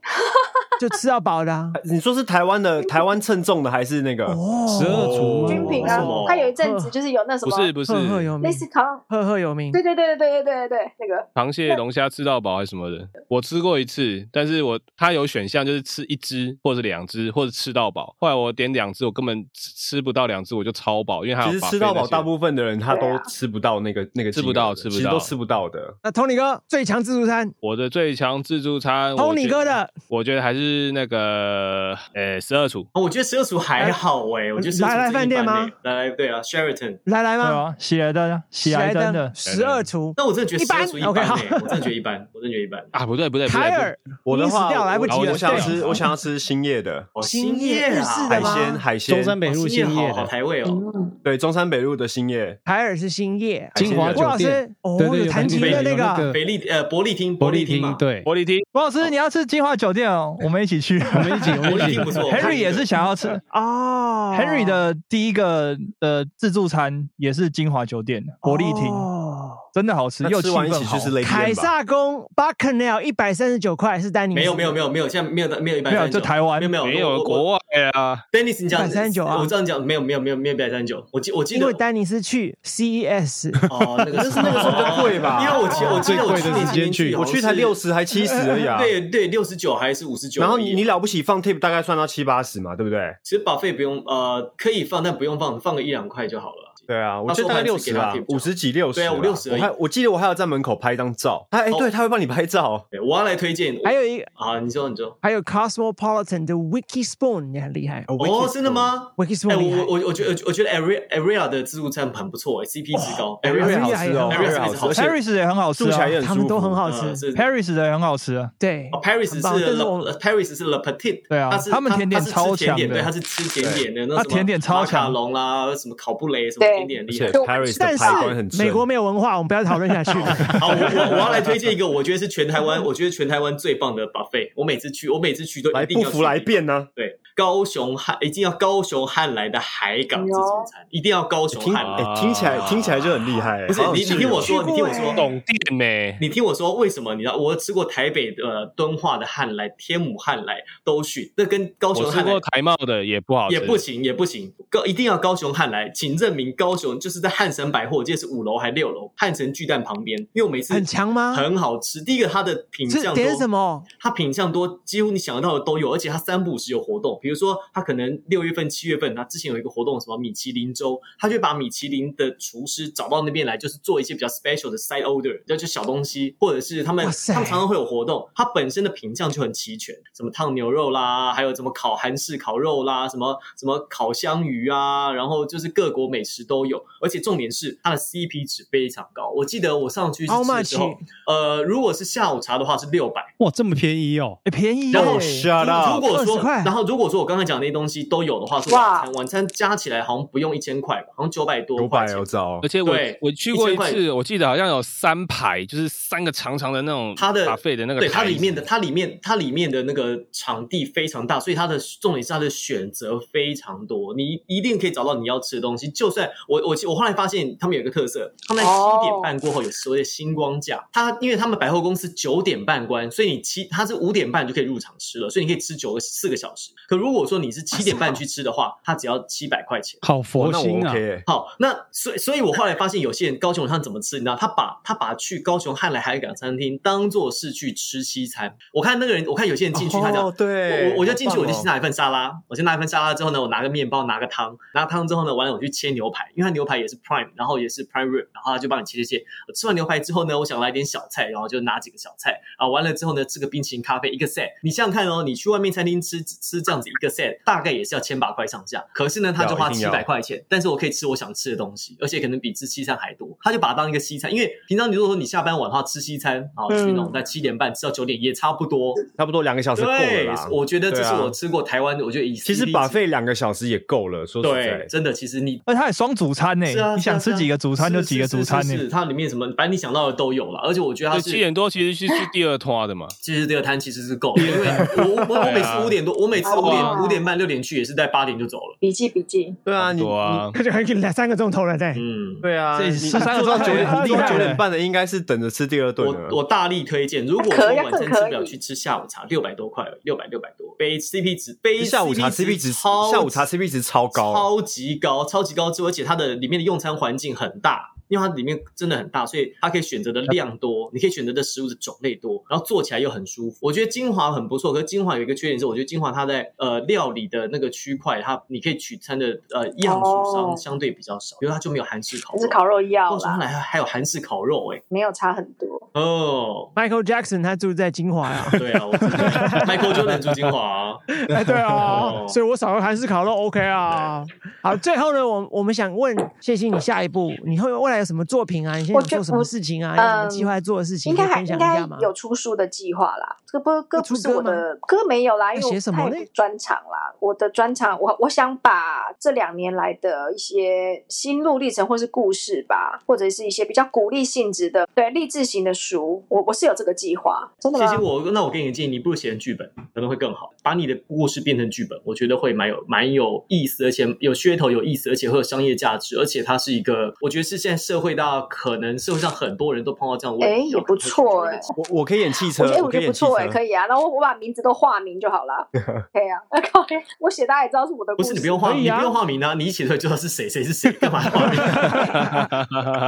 Speaker 2: 就吃到饱的、啊。
Speaker 5: 你说是台湾的台湾称重的还是那个？
Speaker 2: 哦，
Speaker 3: 十二厨吗
Speaker 1: 军品
Speaker 5: 为
Speaker 1: 啊
Speaker 5: 什么，
Speaker 1: 他有一阵子就是有那什
Speaker 4: 不
Speaker 1: 么
Speaker 4: 是不是，
Speaker 2: 赫赫啊有
Speaker 1: 类
Speaker 2: 名，
Speaker 1: 似扛，
Speaker 2: 赫赫有名。
Speaker 1: 对对对对对对对对，那个
Speaker 4: 螃蟹、龙虾吃到饱还是什么的，我吃过一次，但是我它有选项就是吃一只或者两只或者吃到饱。后来我点两只，我根本吃吃不到两只，我就超饱，因为它有
Speaker 5: 其实
Speaker 4: buffet
Speaker 5: 吃到饱，
Speaker 4: 那些
Speaker 5: 大部分的人他
Speaker 1: 对
Speaker 5: 都
Speaker 1: 啊
Speaker 5: 吃不到那个那个
Speaker 4: 吃
Speaker 5: 金
Speaker 4: 不
Speaker 5: 额的，
Speaker 4: 到吃不
Speaker 5: 其实
Speaker 4: 到
Speaker 5: 都吃不到的。
Speaker 2: 那 Tony 哥最强自助餐
Speaker 4: 我的最强自助餐我
Speaker 2: ，Tony
Speaker 4: 觉
Speaker 2: 哥的，
Speaker 4: 我觉得还是那个呃十二厨，
Speaker 8: 哦我觉得十二厨还好哎、我觉得12厨
Speaker 2: 来来
Speaker 8: 最一
Speaker 2: 饭店
Speaker 8: 般欸
Speaker 2: 吗？
Speaker 8: 来来，对啊，Sheraton。
Speaker 2: 来来
Speaker 6: 对
Speaker 2: 吗？
Speaker 6: 啊，喜来登啊，喜来登的
Speaker 2: 十二厨，
Speaker 8: 那我真的觉得十二厨一
Speaker 2: 一般
Speaker 8: 般
Speaker 2: OK，
Speaker 8: 欸，我真的觉得一般，我真的觉得 一般。
Speaker 4: 啊，不对不对不对，
Speaker 2: 凯
Speaker 4: 不
Speaker 2: 尔，
Speaker 5: 我的
Speaker 2: 你死
Speaker 5: 话，
Speaker 2: 掉来不
Speaker 5: 我
Speaker 2: 及了
Speaker 5: 我想要
Speaker 2: 对
Speaker 5: 吃，我想要吃兴业的
Speaker 8: 哦，
Speaker 2: 兴
Speaker 8: 兴
Speaker 2: 业
Speaker 8: 业
Speaker 2: 日
Speaker 8: 啊，
Speaker 2: 式的
Speaker 5: 海
Speaker 2: 吗
Speaker 5: 鲜，海鲜，
Speaker 7: 中山北
Speaker 8: 哦
Speaker 7: 路
Speaker 8: 兴业
Speaker 7: 兴业
Speaker 8: 好好
Speaker 7: 的，
Speaker 8: 台味哦，
Speaker 5: 对中山北路的兴业，
Speaker 2: 凯尔是兴业，
Speaker 7: 金华
Speaker 5: 海鲜
Speaker 2: 郭
Speaker 7: 酒
Speaker 2: 老
Speaker 7: 店
Speaker 2: 师，哦，
Speaker 7: 对对
Speaker 2: 有
Speaker 7: 有
Speaker 2: 弹琴的
Speaker 7: 那
Speaker 2: 那
Speaker 7: 个
Speaker 2: 个，
Speaker 8: 北丽呃伯利厅，
Speaker 7: 伯利
Speaker 8: 利
Speaker 7: 厅
Speaker 8: 嘛，
Speaker 7: 对
Speaker 4: 对，。玻璃厅
Speaker 6: 王老师，你要吃金华酒店哦，我们一起去，我们一起，我
Speaker 8: 们一起不错
Speaker 6: Henry 也是想要吃
Speaker 2: 哦
Speaker 6: Henry 的第一个呃自助餐也是金华酒店国立厅，
Speaker 2: 哦
Speaker 6: 真的好吃，
Speaker 5: 那
Speaker 6: 又气
Speaker 5: 吃完一
Speaker 6: 氛
Speaker 5: 起
Speaker 6: 好
Speaker 5: 去。吃雷
Speaker 2: 凯
Speaker 5: 片吧。
Speaker 2: 撒宫 Bucknell 一百三十九块是丹尼斯，
Speaker 8: 没有没有没有没有，现在没有到没有一百
Speaker 6: 没有，
Speaker 8: 三
Speaker 6: 就台湾
Speaker 8: 没有没有
Speaker 4: 没
Speaker 8: 我
Speaker 4: 有
Speaker 8: 我
Speaker 4: 国外啊，
Speaker 8: Dennis，你讲
Speaker 2: 139啊
Speaker 8: 我这样讲没有没有没有没有一百三十九，我记我记
Speaker 2: 因
Speaker 8: 得
Speaker 2: 为丹尼斯去 E CES，
Speaker 8: 哦那个
Speaker 5: 但是 那个时候比较贵吧
Speaker 8: 因为我记我记得我去
Speaker 7: 最贵的
Speaker 8: 年
Speaker 7: 时间去
Speaker 5: 我去才六，十还 七十而已啊。
Speaker 8: 对对六十九还是五十九，
Speaker 5: 然后你你了不起放 tip 大概算到七八十嘛，对不对？
Speaker 8: 其实保费不用呃可以放，但不用放，放个一两块就好了。
Speaker 5: 对啊，我
Speaker 8: 那
Speaker 5: 觉得
Speaker 8: 时候
Speaker 5: 大概
Speaker 8: 还是
Speaker 5: 六
Speaker 8: 给
Speaker 5: 十
Speaker 8: 他
Speaker 5: 啦
Speaker 8: tip，
Speaker 5: 五十几六十啦。
Speaker 8: 对啊50而
Speaker 5: 我
Speaker 8: 已
Speaker 5: 还我记得我还有在门口拍一张照，哎哎，
Speaker 8: 哦
Speaker 5: 对，他会帮你拍照。
Speaker 8: 对我要来推荐，我
Speaker 5: 哎
Speaker 2: 还有一个
Speaker 8: 啊，你说你说，
Speaker 2: 还有 Cosmopolitan 的 Wiki Spoon 也很厉害
Speaker 8: 哦，真的？吗？
Speaker 2: ，Wiki
Speaker 8: 哎，
Speaker 2: Spoon
Speaker 8: 我
Speaker 2: 厉害
Speaker 5: 哦
Speaker 8: 我。我我觉得我觉得 Area Area 的自助餐很不错，CP 值高
Speaker 5: a r
Speaker 8: ，Area
Speaker 5: i 好
Speaker 2: Area
Speaker 5: 吃哦 a r
Speaker 8: Area
Speaker 5: i 好
Speaker 8: 好
Speaker 5: 吃，而
Speaker 8: 吃
Speaker 5: 且
Speaker 6: Paris 的也很好吃
Speaker 5: 住起来
Speaker 6: 啊
Speaker 5: 也很
Speaker 2: 他们
Speaker 5: 舒
Speaker 2: 都很
Speaker 5: 服。
Speaker 2: 好
Speaker 8: 呃
Speaker 2: 吃，
Speaker 8: 是
Speaker 6: ，Paris 的也很好吃啊，
Speaker 2: 对
Speaker 8: 哦，Paris 是
Speaker 2: 很棒这是我
Speaker 8: Le- Paris 是 Le Petit，
Speaker 6: 对啊
Speaker 8: 它是
Speaker 6: 他们
Speaker 8: 它
Speaker 6: 甜点
Speaker 8: 它是吃
Speaker 6: 超
Speaker 8: 甜
Speaker 6: 强
Speaker 8: 点
Speaker 6: 的
Speaker 8: 对，它是吃甜点的，那
Speaker 6: 它
Speaker 8: 什么
Speaker 6: 甜点超强
Speaker 8: 马卡龙啦，什么烤布雷什么
Speaker 1: 对
Speaker 8: 甜点
Speaker 5: 而
Speaker 8: 厉
Speaker 5: 且
Speaker 8: 害。
Speaker 5: 哎 Paris 的
Speaker 2: 但
Speaker 5: 排关很
Speaker 2: 是
Speaker 5: 正
Speaker 2: 美国没有文化，我们不要讨论下去。
Speaker 8: 好，我我我要来推荐一个，我觉得是全台湾，我觉得全台湾最棒的 buffet。我每次去，我每次去都
Speaker 5: 来
Speaker 8: 一定
Speaker 5: 不
Speaker 8: 要
Speaker 5: 服来
Speaker 8: 去
Speaker 5: 辩啊呢。
Speaker 8: 对，高雄汉一定要高雄汉来的海港自助餐，一定要高雄
Speaker 5: 听
Speaker 8: 汉来。
Speaker 5: 哎，听起来听起来就很厉害。
Speaker 8: 哦不是
Speaker 5: 好有
Speaker 8: 你，
Speaker 5: 趣
Speaker 8: 你听我
Speaker 5: 哦
Speaker 8: 说，
Speaker 2: 去过
Speaker 8: 你听我
Speaker 2: 欸
Speaker 8: 说，
Speaker 4: 懂店欸呢，
Speaker 8: 你听我说，为什么？你知道我吃过台北的呃敦化的汉来、天母汉来都去，那跟高雄
Speaker 4: 我吃
Speaker 8: 汉来
Speaker 4: 过台茂的也不好吃，
Speaker 8: 也不行，也不行，高一定要高雄汉来，请证明高雄就是在汉神百货，我记得是五楼还六楼，汉神巨蛋旁边，因为我每次
Speaker 2: 很强吗
Speaker 8: 很好吃。第一个它的品
Speaker 2: 是
Speaker 8: 相
Speaker 2: 点什
Speaker 8: 多，
Speaker 2: 么？
Speaker 8: 它品相多，几乎你想得到的都有，而且它三不五时有活动，比如说它可能六月份、七月份，它之前有一个活动，什么米其林周，它就把米其林的厨师找到那边来，就是做一些比较 special 的 side order，然后就小东西，或者是他们
Speaker 2: 哇塞
Speaker 8: 他们常常会有活动，它本身的品相就很齐全，什么烫牛肉啦，还有什么烤韩式烤肉啦，什么什么烤香鱼啊，然后就是各国美食都有，而且重点是它的 CP 值非常高。我记得我上去去
Speaker 2: How
Speaker 8: 吃的时候
Speaker 2: much？，
Speaker 8: 呃，如果是下午茶的话是六百。
Speaker 7: 哇，这么便宜哦！
Speaker 2: 哎便宜耶
Speaker 8: 然后！
Speaker 5: Shut
Speaker 8: 如
Speaker 5: up！
Speaker 8: 果
Speaker 2: 20
Speaker 8: 说，
Speaker 2: 啊块
Speaker 8: 然后如果说我刚才讲那些东西都有的话，是晚餐，晚餐加起来好像不用一千块吧，好像九百多
Speaker 5: 九
Speaker 8: 块
Speaker 5: 百
Speaker 7: 哦
Speaker 8: 钱
Speaker 5: 我。找
Speaker 4: 而，且我
Speaker 8: 对
Speaker 4: 我去过一
Speaker 8: 1000块
Speaker 4: 次，我记得好像有三排，就是三个长长的那种
Speaker 8: 它的
Speaker 4: 咖啡的那个台
Speaker 8: 对
Speaker 4: 子，
Speaker 8: 它里面的它里面它里面的那个场地非常大，所以它的重点是它的选择非常多，你一定可以找到你要吃的东西。就算我我我后来发现他们有一个特色，他们在
Speaker 1: 哦
Speaker 8: 七点半过后有所谓的星光价，它因为他们百货公司九点半关，所以你七它是五点半就可以入场吃了，所以你可以吃九个四个小时。可如果说你是七点半去吃的话，它只要七百块钱。
Speaker 7: 好
Speaker 5: 哦
Speaker 7: 佛
Speaker 5: 那
Speaker 7: 心
Speaker 5: 我
Speaker 7: 啊！
Speaker 5: OK 欸。
Speaker 8: 好，那所以所以，我后来发现有些人高雄人他怎么吃，你知道，他把他把去高雄汉来海港餐厅当做是去吃西餐。我看那个人，我看有些人进去，他讲。
Speaker 5: 哦，对，
Speaker 8: 我我就进去，
Speaker 5: 好
Speaker 8: 我
Speaker 5: 棒
Speaker 8: 就
Speaker 5: 哦
Speaker 8: 先拿一份沙拉，我先拿一份沙拉之后呢，我拿个面包，拿个汤，拿汤之后呢，完了我去切牛排，因为它牛排也是 prime，然后也是 prime rib，然后他就帮你切切切。我吃完牛排之后呢，我想来点小菜，然后就拿几个小菜啊，完了之后呢，吃个冰淇淋咖啡一个 set。你想想看哦，你去外面餐厅吃吃这样子一个 set，大概也是要千把块上下，可是呢，他就花
Speaker 5: 要一定
Speaker 8: 七
Speaker 5: 要
Speaker 8: 百块钱，但是我可以吃我想吃的东西，而且可能比吃西餐还多。他就把它当一个西餐，因为平常你如果说你下班晚的话吃西餐啊，去那种
Speaker 1: 嗯
Speaker 8: 在七点半吃到九点也差不多。
Speaker 5: 差不多两个小时够了
Speaker 8: 对
Speaker 5: 啦，。
Speaker 8: 我觉得这
Speaker 5: 对
Speaker 8: 是
Speaker 5: 啊
Speaker 8: 我吃过台湾的，我觉得以
Speaker 5: 其实
Speaker 8: CP 值
Speaker 5: 把费两个小时也够了，说实在哎
Speaker 8: 对，。真的，其实你
Speaker 6: 而且它也双主餐呢、
Speaker 8: 是啊，
Speaker 6: 你想吃几个主餐就几个主餐
Speaker 8: 呢、
Speaker 6: 呢、
Speaker 8: 是是是是它里面什么，反正你想到的都有了。而且我觉得它
Speaker 4: 对，
Speaker 8: 是
Speaker 4: 七点多其实是去第二趟 的嘛。
Speaker 8: 其实这个摊其实是够的，因为我我我每
Speaker 5: 啊
Speaker 8: 次五点多，我每次五点五点半六点去也是在八点就走了。
Speaker 1: 笔记笔记，
Speaker 5: 对啊，你
Speaker 4: 对啊，
Speaker 2: 这就还两三个钟头了，对，
Speaker 8: 嗯，
Speaker 5: 对啊，
Speaker 6: 这
Speaker 5: 你
Speaker 6: 十三个
Speaker 5: 做到
Speaker 6: 钟
Speaker 5: 九点
Speaker 6: 头也太
Speaker 5: 做到
Speaker 6: 厉害
Speaker 5: 九
Speaker 6: 了
Speaker 5: 点半的，应该是等着吃第二顿了。
Speaker 8: 我我大力推荐，如果
Speaker 1: 可
Speaker 8: 说
Speaker 1: 以啊
Speaker 8: 晚餐
Speaker 1: 可
Speaker 8: 吃
Speaker 1: 以
Speaker 8: 不了，去吃下午茶，六百多块而已，六百六百多，杯 CP 值杯
Speaker 5: 下午茶
Speaker 8: CP
Speaker 5: CP 值
Speaker 8: 超
Speaker 5: 下午茶 CP 值超高啊
Speaker 8: 超级高，超级高之后，而且它的里面的用餐环境很大。因为它里面真的很大，所以它可以选择的量多，你可以选择的食物的种类多，然后做起来又很舒服。我觉得精华很不错，可是精华有一个缺点是，我觉得精华它在呃料理的那个区块，它你可以取餐的呃样数
Speaker 1: 哦
Speaker 8: 相相对比较少，比如它就没有韩式烤
Speaker 1: 还
Speaker 8: 肉，
Speaker 1: 是烤肉要
Speaker 8: 或者它
Speaker 1: 啦，
Speaker 8: 还还有韩式烤肉哎、
Speaker 1: 没有差很多。
Speaker 8: 哦，，
Speaker 2: Michael Jackson 他住在金华 呀
Speaker 8: 对啊，我真的 Michael Jordan 住金华、啊，
Speaker 2: 哎，对啊
Speaker 8: 哦，
Speaker 2: 所以我少个韩式烤肉 OK 啊。好，最后呢，我我们想问谢欣，你下一步你会未来有什么作品啊？你现在
Speaker 1: 我
Speaker 2: 有
Speaker 1: 觉
Speaker 2: 做
Speaker 1: 得
Speaker 2: 什么
Speaker 1: 我
Speaker 2: 事情啊？有什么
Speaker 1: 嗯，
Speaker 2: 计划做的事情
Speaker 1: 应该
Speaker 2: 可以
Speaker 1: 还
Speaker 2: 分
Speaker 1: 应
Speaker 2: 享一
Speaker 1: 该
Speaker 2: 下吗？
Speaker 1: 有出书的计划啦。这个歌歌
Speaker 2: 出
Speaker 1: 不是
Speaker 2: 歌
Speaker 1: 我
Speaker 2: 吗
Speaker 1: 的歌没有啦，因
Speaker 2: 要
Speaker 1: 为
Speaker 2: 写
Speaker 1: 我
Speaker 2: 什
Speaker 1: 它
Speaker 2: 么
Speaker 1: 也不
Speaker 2: 嘞
Speaker 1: 是专场啦。我的专场，我我想把这两年来的一些心路历程，或是故事吧，或者是一些比较鼓励性质的，对励志型的书，我我是有这个计划。真的
Speaker 8: 其实
Speaker 1: 吗？
Speaker 8: 我那我给你个建议，你不如写成剧本，可能会更好。把你的故事变成剧本，我觉得会蛮有蛮有意思，而且有噱头、有意思，而且会有商业价值，而且它是一个，我觉得是现在社会大家可能社会上很多人都碰到这样的问
Speaker 1: 哎
Speaker 8: 题，
Speaker 1: 也不错
Speaker 8: 哎、
Speaker 1: 哎
Speaker 5: 我我可以演汽车
Speaker 1: 我觉，得我
Speaker 5: 可
Speaker 1: 觉
Speaker 5: 以
Speaker 1: 得
Speaker 5: 演
Speaker 1: 不
Speaker 5: 汽
Speaker 1: 错哎、
Speaker 5: 车，
Speaker 1: 可以啊。然后我我把名字都化名就好 了，可以啊。那靠， 我写大家也知道是我的故
Speaker 8: 不
Speaker 1: 事，
Speaker 8: 是你不用化，
Speaker 2: 可以
Speaker 8: 你
Speaker 2: 啊
Speaker 8: 不用化名啊，你一写出来就知道是谁，谁是谁，干嘛化名？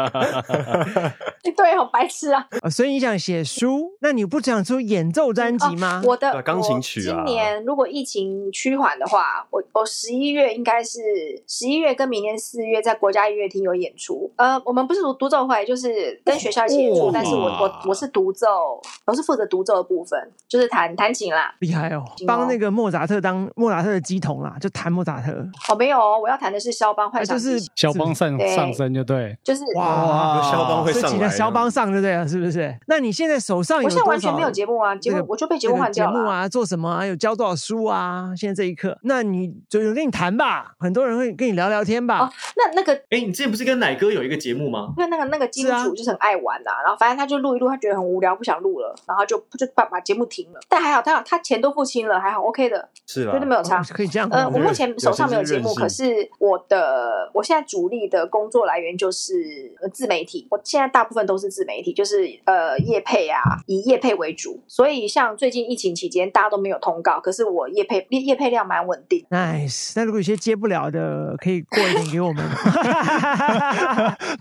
Speaker 1: 对，好白痴啊。
Speaker 2: 啊所以你想写书，那你不想出演奏专辑吗？
Speaker 1: 我的
Speaker 5: 对钢琴
Speaker 1: 我
Speaker 5: 曲啊
Speaker 1: 今年如果疫情趋缓的话，我我十一月应该是十一月跟明年四月在国家音乐厅有演出。呃，我们不是独独奏会，就是跟学校一起演出，但是我我我是独奏，我是负责独奏的部分，就是弹弹琴啦。
Speaker 2: 厉害哦，
Speaker 1: 嗯
Speaker 2: 帮那个莫扎特当莫扎特的鸡童啊啦，就弹莫扎特。
Speaker 1: 哦，没有哦，我要弹的是肖邦幻
Speaker 2: 那
Speaker 1: 想
Speaker 2: 哎就
Speaker 1: 之
Speaker 2: 是
Speaker 1: 琴，
Speaker 7: 肖邦上
Speaker 1: 对
Speaker 7: 上身就对，
Speaker 1: 就是
Speaker 2: 哇，
Speaker 5: 肖邦会
Speaker 2: 所以
Speaker 5: 上
Speaker 2: 请
Speaker 5: 来
Speaker 2: 了
Speaker 5: 啊。
Speaker 2: 肖邦上就对了，是不是？那你现在手上有
Speaker 1: 我现在
Speaker 2: 多
Speaker 1: 完全
Speaker 2: 少
Speaker 1: 没有节目啊，节
Speaker 2: 这
Speaker 1: 目
Speaker 2: 个
Speaker 1: 我就被节
Speaker 2: 这
Speaker 1: 目
Speaker 2: 个
Speaker 1: 换掉
Speaker 2: 节目
Speaker 1: 了啊。
Speaker 2: 啊，做什么啊？有教多少书啊？现在这一刻，那你就有跟你谈吧，很多人会跟你聊聊天吧。
Speaker 1: 哦那那个
Speaker 8: 哎、你之前不是跟奶哥有一个节目 吗？
Speaker 1: 因为那个那个金
Speaker 2: 啊是啊
Speaker 1: 主就是很爱玩呐、然后反正他就录一录，他觉得很无聊，不想录了，然后就就把把节目停了。但还好，他他钱都付清了，还好 OK 的，
Speaker 5: 是啦
Speaker 1: 绝，对没有差
Speaker 2: 哦。可以这样吗。
Speaker 1: 呃，我目前手上没有节目，
Speaker 5: 有些是
Speaker 1: 可是我的我现在主力的工作来源就是呃自媒体，我现在大部分都是自媒体，就是呃业配啊，以业配为主。所以像最近疫情期间，大家都没有通告，可是我业配业业配量蛮稳定的。
Speaker 2: Nice，那如果有些接不了的，可以过一点给 我们。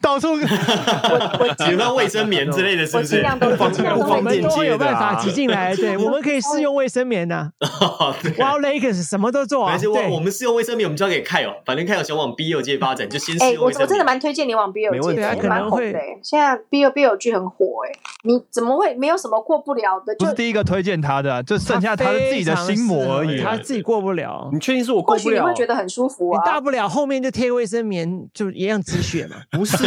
Speaker 6: 到处
Speaker 8: 有没有卫生棉之类的？是
Speaker 1: 我
Speaker 8: 不
Speaker 1: 尽
Speaker 8: 是？
Speaker 1: 量都
Speaker 5: 不方
Speaker 1: 尽量
Speaker 5: 不
Speaker 1: 都
Speaker 2: 我
Speaker 5: 方
Speaker 2: 们
Speaker 5: 便
Speaker 2: 都会有
Speaker 5: 接的
Speaker 2: 办
Speaker 5: 啊
Speaker 2: 法挤进来， 对，我们可以试用卫生棉啊呐。
Speaker 8: 哦对
Speaker 2: Wow Lakers 什么都做啊，
Speaker 8: 而且我我
Speaker 2: 对，
Speaker 8: 们是用卫生棉，我们交给凯友，反正凯友想往 B 友界发展，就先
Speaker 1: 哎、
Speaker 8: 试
Speaker 1: 我
Speaker 8: 用
Speaker 1: 我
Speaker 8: 卫生棉。
Speaker 1: 真的蛮推荐你往 BL
Speaker 5: 没问
Speaker 1: 界
Speaker 5: 题
Speaker 1: 的，
Speaker 5: 啊
Speaker 1: 也
Speaker 5: 可
Speaker 1: 蛮
Speaker 2: 能
Speaker 1: 红
Speaker 2: 会
Speaker 1: 的、欸。现在 BL BL 剧很火哎、你怎么会没有什么过不了的？
Speaker 6: 不
Speaker 1: 就是
Speaker 6: 第一个推荐他的啊，就剩下他自己的心魔而已。啊
Speaker 2: 他自己过不了。
Speaker 5: 你确定是我
Speaker 1: 或
Speaker 5: 过不
Speaker 1: 许你
Speaker 5: 了
Speaker 1: 会？觉得很舒服
Speaker 2: 你大
Speaker 1: 啊。
Speaker 2: 不了后面就贴卫生棉，就一样止血 嘛。
Speaker 5: 不是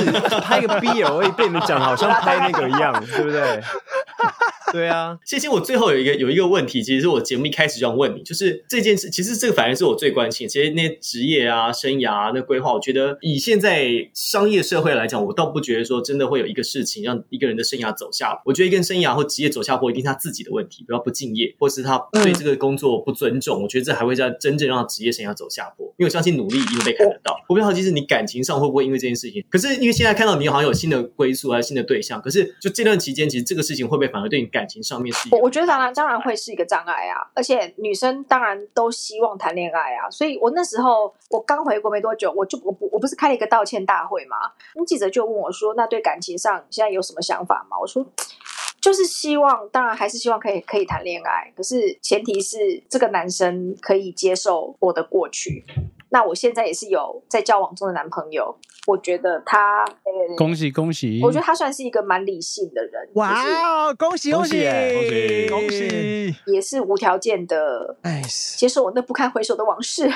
Speaker 5: 拍个 BL，A 被你们讲得好像拍那个一样，对不对？对啊，
Speaker 8: 谢谢。我最后有一个有一个问题，其实是我节目一开始就想问你，就是这件事，其实这个反而是我最关心的。其实那些职业啊、生涯啊、那规划，我觉得以现在商业社会来讲，我倒不觉得说真的会有一个事情让一个人的生涯走下坡。我觉得一个人生涯或职业走下坡，一定是他自己的问题，比如他不敬业，或是他
Speaker 9: 嗯
Speaker 8: 对这个工作不尊重。我觉得这还会让真正让职业生涯走下坡，因为我相信努力一定会被看得
Speaker 9: 哦
Speaker 8: 到。我比较好奇是你感情上会不会因为这件事情？可是因为现在看到你好像有新的归宿啊、新的对象，可是就这段期间，其实这个事情会不会反而对你感情上面是一个
Speaker 1: 我我觉得当然当然会是一个障碍啊，而且女生当然都希望谈恋爱啊，所以我那时候我刚回国没多久，我就我不我不是开了一个道歉大会嘛，那记者就问我说：“那对感情上你现在有什么想法吗？”我说：“就是希望，当然还是希望可以可以谈恋爱，可是前提是这个男生可以接受我的过去。那我现在也是有在交往中的男朋友，我觉得他，呃，
Speaker 7: 恭喜恭喜！
Speaker 1: 我觉得他算是一个蛮理性的人，就是
Speaker 2: 哇哦，恭喜
Speaker 5: 恭
Speaker 2: 喜
Speaker 5: 喜耶
Speaker 2: 恭
Speaker 6: 恭喜！
Speaker 1: 也是无条件的
Speaker 2: ！Nice，
Speaker 1: 接受我那不堪回首的往事，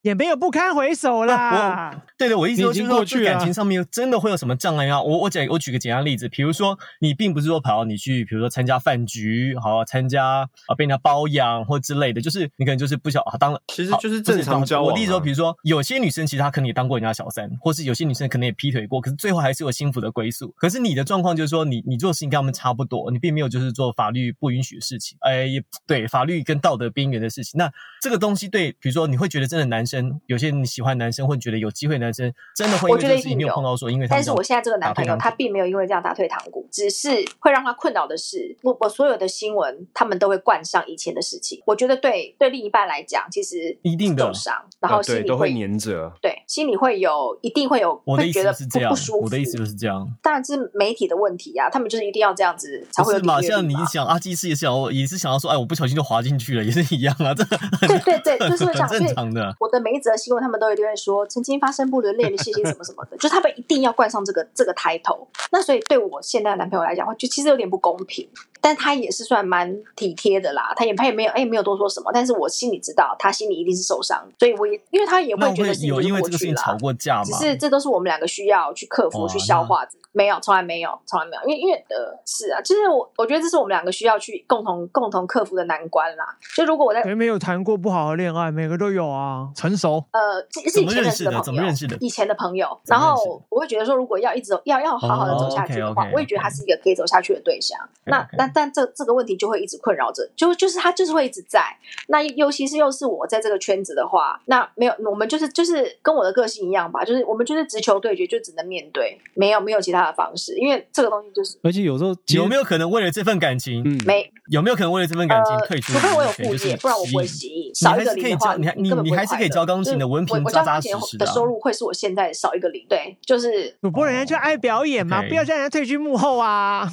Speaker 2: 也没有不堪回首啦。
Speaker 8: 对 的，我一
Speaker 9: 你
Speaker 8: 直都
Speaker 9: 已经
Speaker 8: 就是说
Speaker 9: 过去
Speaker 8: 这
Speaker 9: 了啊
Speaker 8: 感情上面真的会有什么障碍吗？我我举我举个简单例子，比如说你并不是说跑你去，比如说参加饭局，好参加啊被人家包养或之类的，就是你可能就是不小啊，当然
Speaker 5: 其实
Speaker 8: 好
Speaker 5: 就是
Speaker 8: 不
Speaker 5: 正常
Speaker 8: 当
Speaker 5: 交往啊
Speaker 8: 我的意思说，比如说有些女生其实她可能也当过人家小三，或是有些女生可能也劈腿过，可是最后还是有幸福的归宿。可是你的状况就是说，你你做的事情跟他们差不多，你并没有就是做法律不允许的事情，哎，也对法律跟道德边缘的事情。那这个东西对，比如说你会觉得真的男生，有些你喜欢的男生，或者觉得有机会的男生，真的会因
Speaker 1: 我
Speaker 8: 为
Speaker 1: 觉
Speaker 8: 这
Speaker 1: 得
Speaker 8: 个
Speaker 1: 一
Speaker 8: 事情
Speaker 1: 定
Speaker 8: 没有
Speaker 1: 有
Speaker 8: 碰到说，因为他
Speaker 1: 但
Speaker 8: 们
Speaker 1: 是
Speaker 8: 这样
Speaker 1: 我现在这个男朋友，他并没有因为这样打退堂鼓，只是会让他困扰的是，我我所有的新闻，他们都会冠上以前的事情。我觉得对对另一半来讲，其实
Speaker 8: 一定的
Speaker 1: 受伤，然后
Speaker 5: 啊对
Speaker 1: 心里
Speaker 5: 都会
Speaker 1: 会
Speaker 5: 黏着。
Speaker 1: 对，心里会有一定会有
Speaker 8: 我的
Speaker 1: 会
Speaker 8: 意
Speaker 1: 觉
Speaker 8: 思
Speaker 1: 得
Speaker 8: 是这
Speaker 1: 不
Speaker 8: 样
Speaker 1: 不舒服。
Speaker 8: 我的意思就是这样。
Speaker 1: 当然是媒体的问题啊，他们就是一定要这样子才
Speaker 8: 不
Speaker 1: 会有
Speaker 8: 是嘛？
Speaker 1: 订阅率
Speaker 8: 像你
Speaker 1: 嘛
Speaker 8: 想阿基斯也想，我也是想要说，哎，我不小心就滑进去了，也是一样啊，这
Speaker 1: 对对对，就是会这样， 所
Speaker 8: 很正
Speaker 1: 以
Speaker 8: 常的。
Speaker 1: 我的每一则新闻，他们都一定会说曾经发生不伦恋的事情什么什么的， 就是他们一定要冠上这个这个 title。那所以对我现在的男朋友来讲，就其实有点不公平，但他也是算蛮体贴的啦，他也他也没有哎、没有多说什么，但是我心里知道他心里一定是受伤，所以我也因为他也
Speaker 8: 那
Speaker 1: 会
Speaker 8: 我
Speaker 1: 觉得
Speaker 8: 会
Speaker 1: 是
Speaker 8: 有因为
Speaker 1: 过
Speaker 8: 这个事
Speaker 1: 去
Speaker 8: 情
Speaker 1: 啦
Speaker 8: 吵。过架
Speaker 1: 只
Speaker 8: 吗？哦
Speaker 1: 是这都是我们两个需要去克服、
Speaker 8: 哇
Speaker 1: 去消化的。没有，从来没有，从来没有，因为因为呃，是啊，就是我我觉得这是我们两个需要去共同共同克服的难关啦。就如果我在
Speaker 2: 谁没有谈过不好的恋爱？每个都有啊。
Speaker 6: 成熟，
Speaker 1: 呃，是是以前认识的朋友，
Speaker 8: 怎么认识的怎么认识的
Speaker 1: 以前的朋友，
Speaker 8: 怎
Speaker 1: 然
Speaker 8: 么认识的
Speaker 1: 后我会觉得说，如果要一直走要要好好的走下去的话
Speaker 8: 哦，OK，OK，
Speaker 1: 我也觉得他是一个可以走下去的对象。那
Speaker 8: OK
Speaker 1: 那但这这个问题就会一直困扰着，就就是他就是会一直在。那尤其是又是我在这个圈子的话，那没有我们就是就是跟我的个性一样吧，就是我们就是直球对决，就只能面对，没有没有其他的方式，因为这个东西就是
Speaker 3: 而且有时候其实
Speaker 8: 有没有可能为了这份感情，
Speaker 3: 嗯
Speaker 1: 没
Speaker 8: 有没有可能为了这份感情退出
Speaker 1: 呃除非我
Speaker 8: 你的朋
Speaker 1: 有
Speaker 8: 友
Speaker 1: 副
Speaker 8: 圈？就是
Speaker 1: 业，不然我不会
Speaker 8: 习
Speaker 1: 习艺。
Speaker 8: 你
Speaker 1: 少一
Speaker 8: 还
Speaker 1: 个
Speaker 8: 是
Speaker 1: 零
Speaker 8: 可以
Speaker 1: 的话，
Speaker 8: 教你还
Speaker 1: 根本
Speaker 8: 你
Speaker 1: 不会
Speaker 8: 还是可
Speaker 1: 快
Speaker 8: 以
Speaker 1: 乐
Speaker 8: 教钢琴的
Speaker 1: 就是
Speaker 8: 文凭
Speaker 1: 我我
Speaker 8: 扎
Speaker 1: 教
Speaker 8: 扎
Speaker 1: 钢琴
Speaker 8: 实实的
Speaker 1: 的
Speaker 8: 啊
Speaker 1: 收入会是我现在少一个零，对，就是
Speaker 2: 主播人家就爱表演嘛，
Speaker 8: 哦 OK
Speaker 2: 不要叫人家退居幕后啊。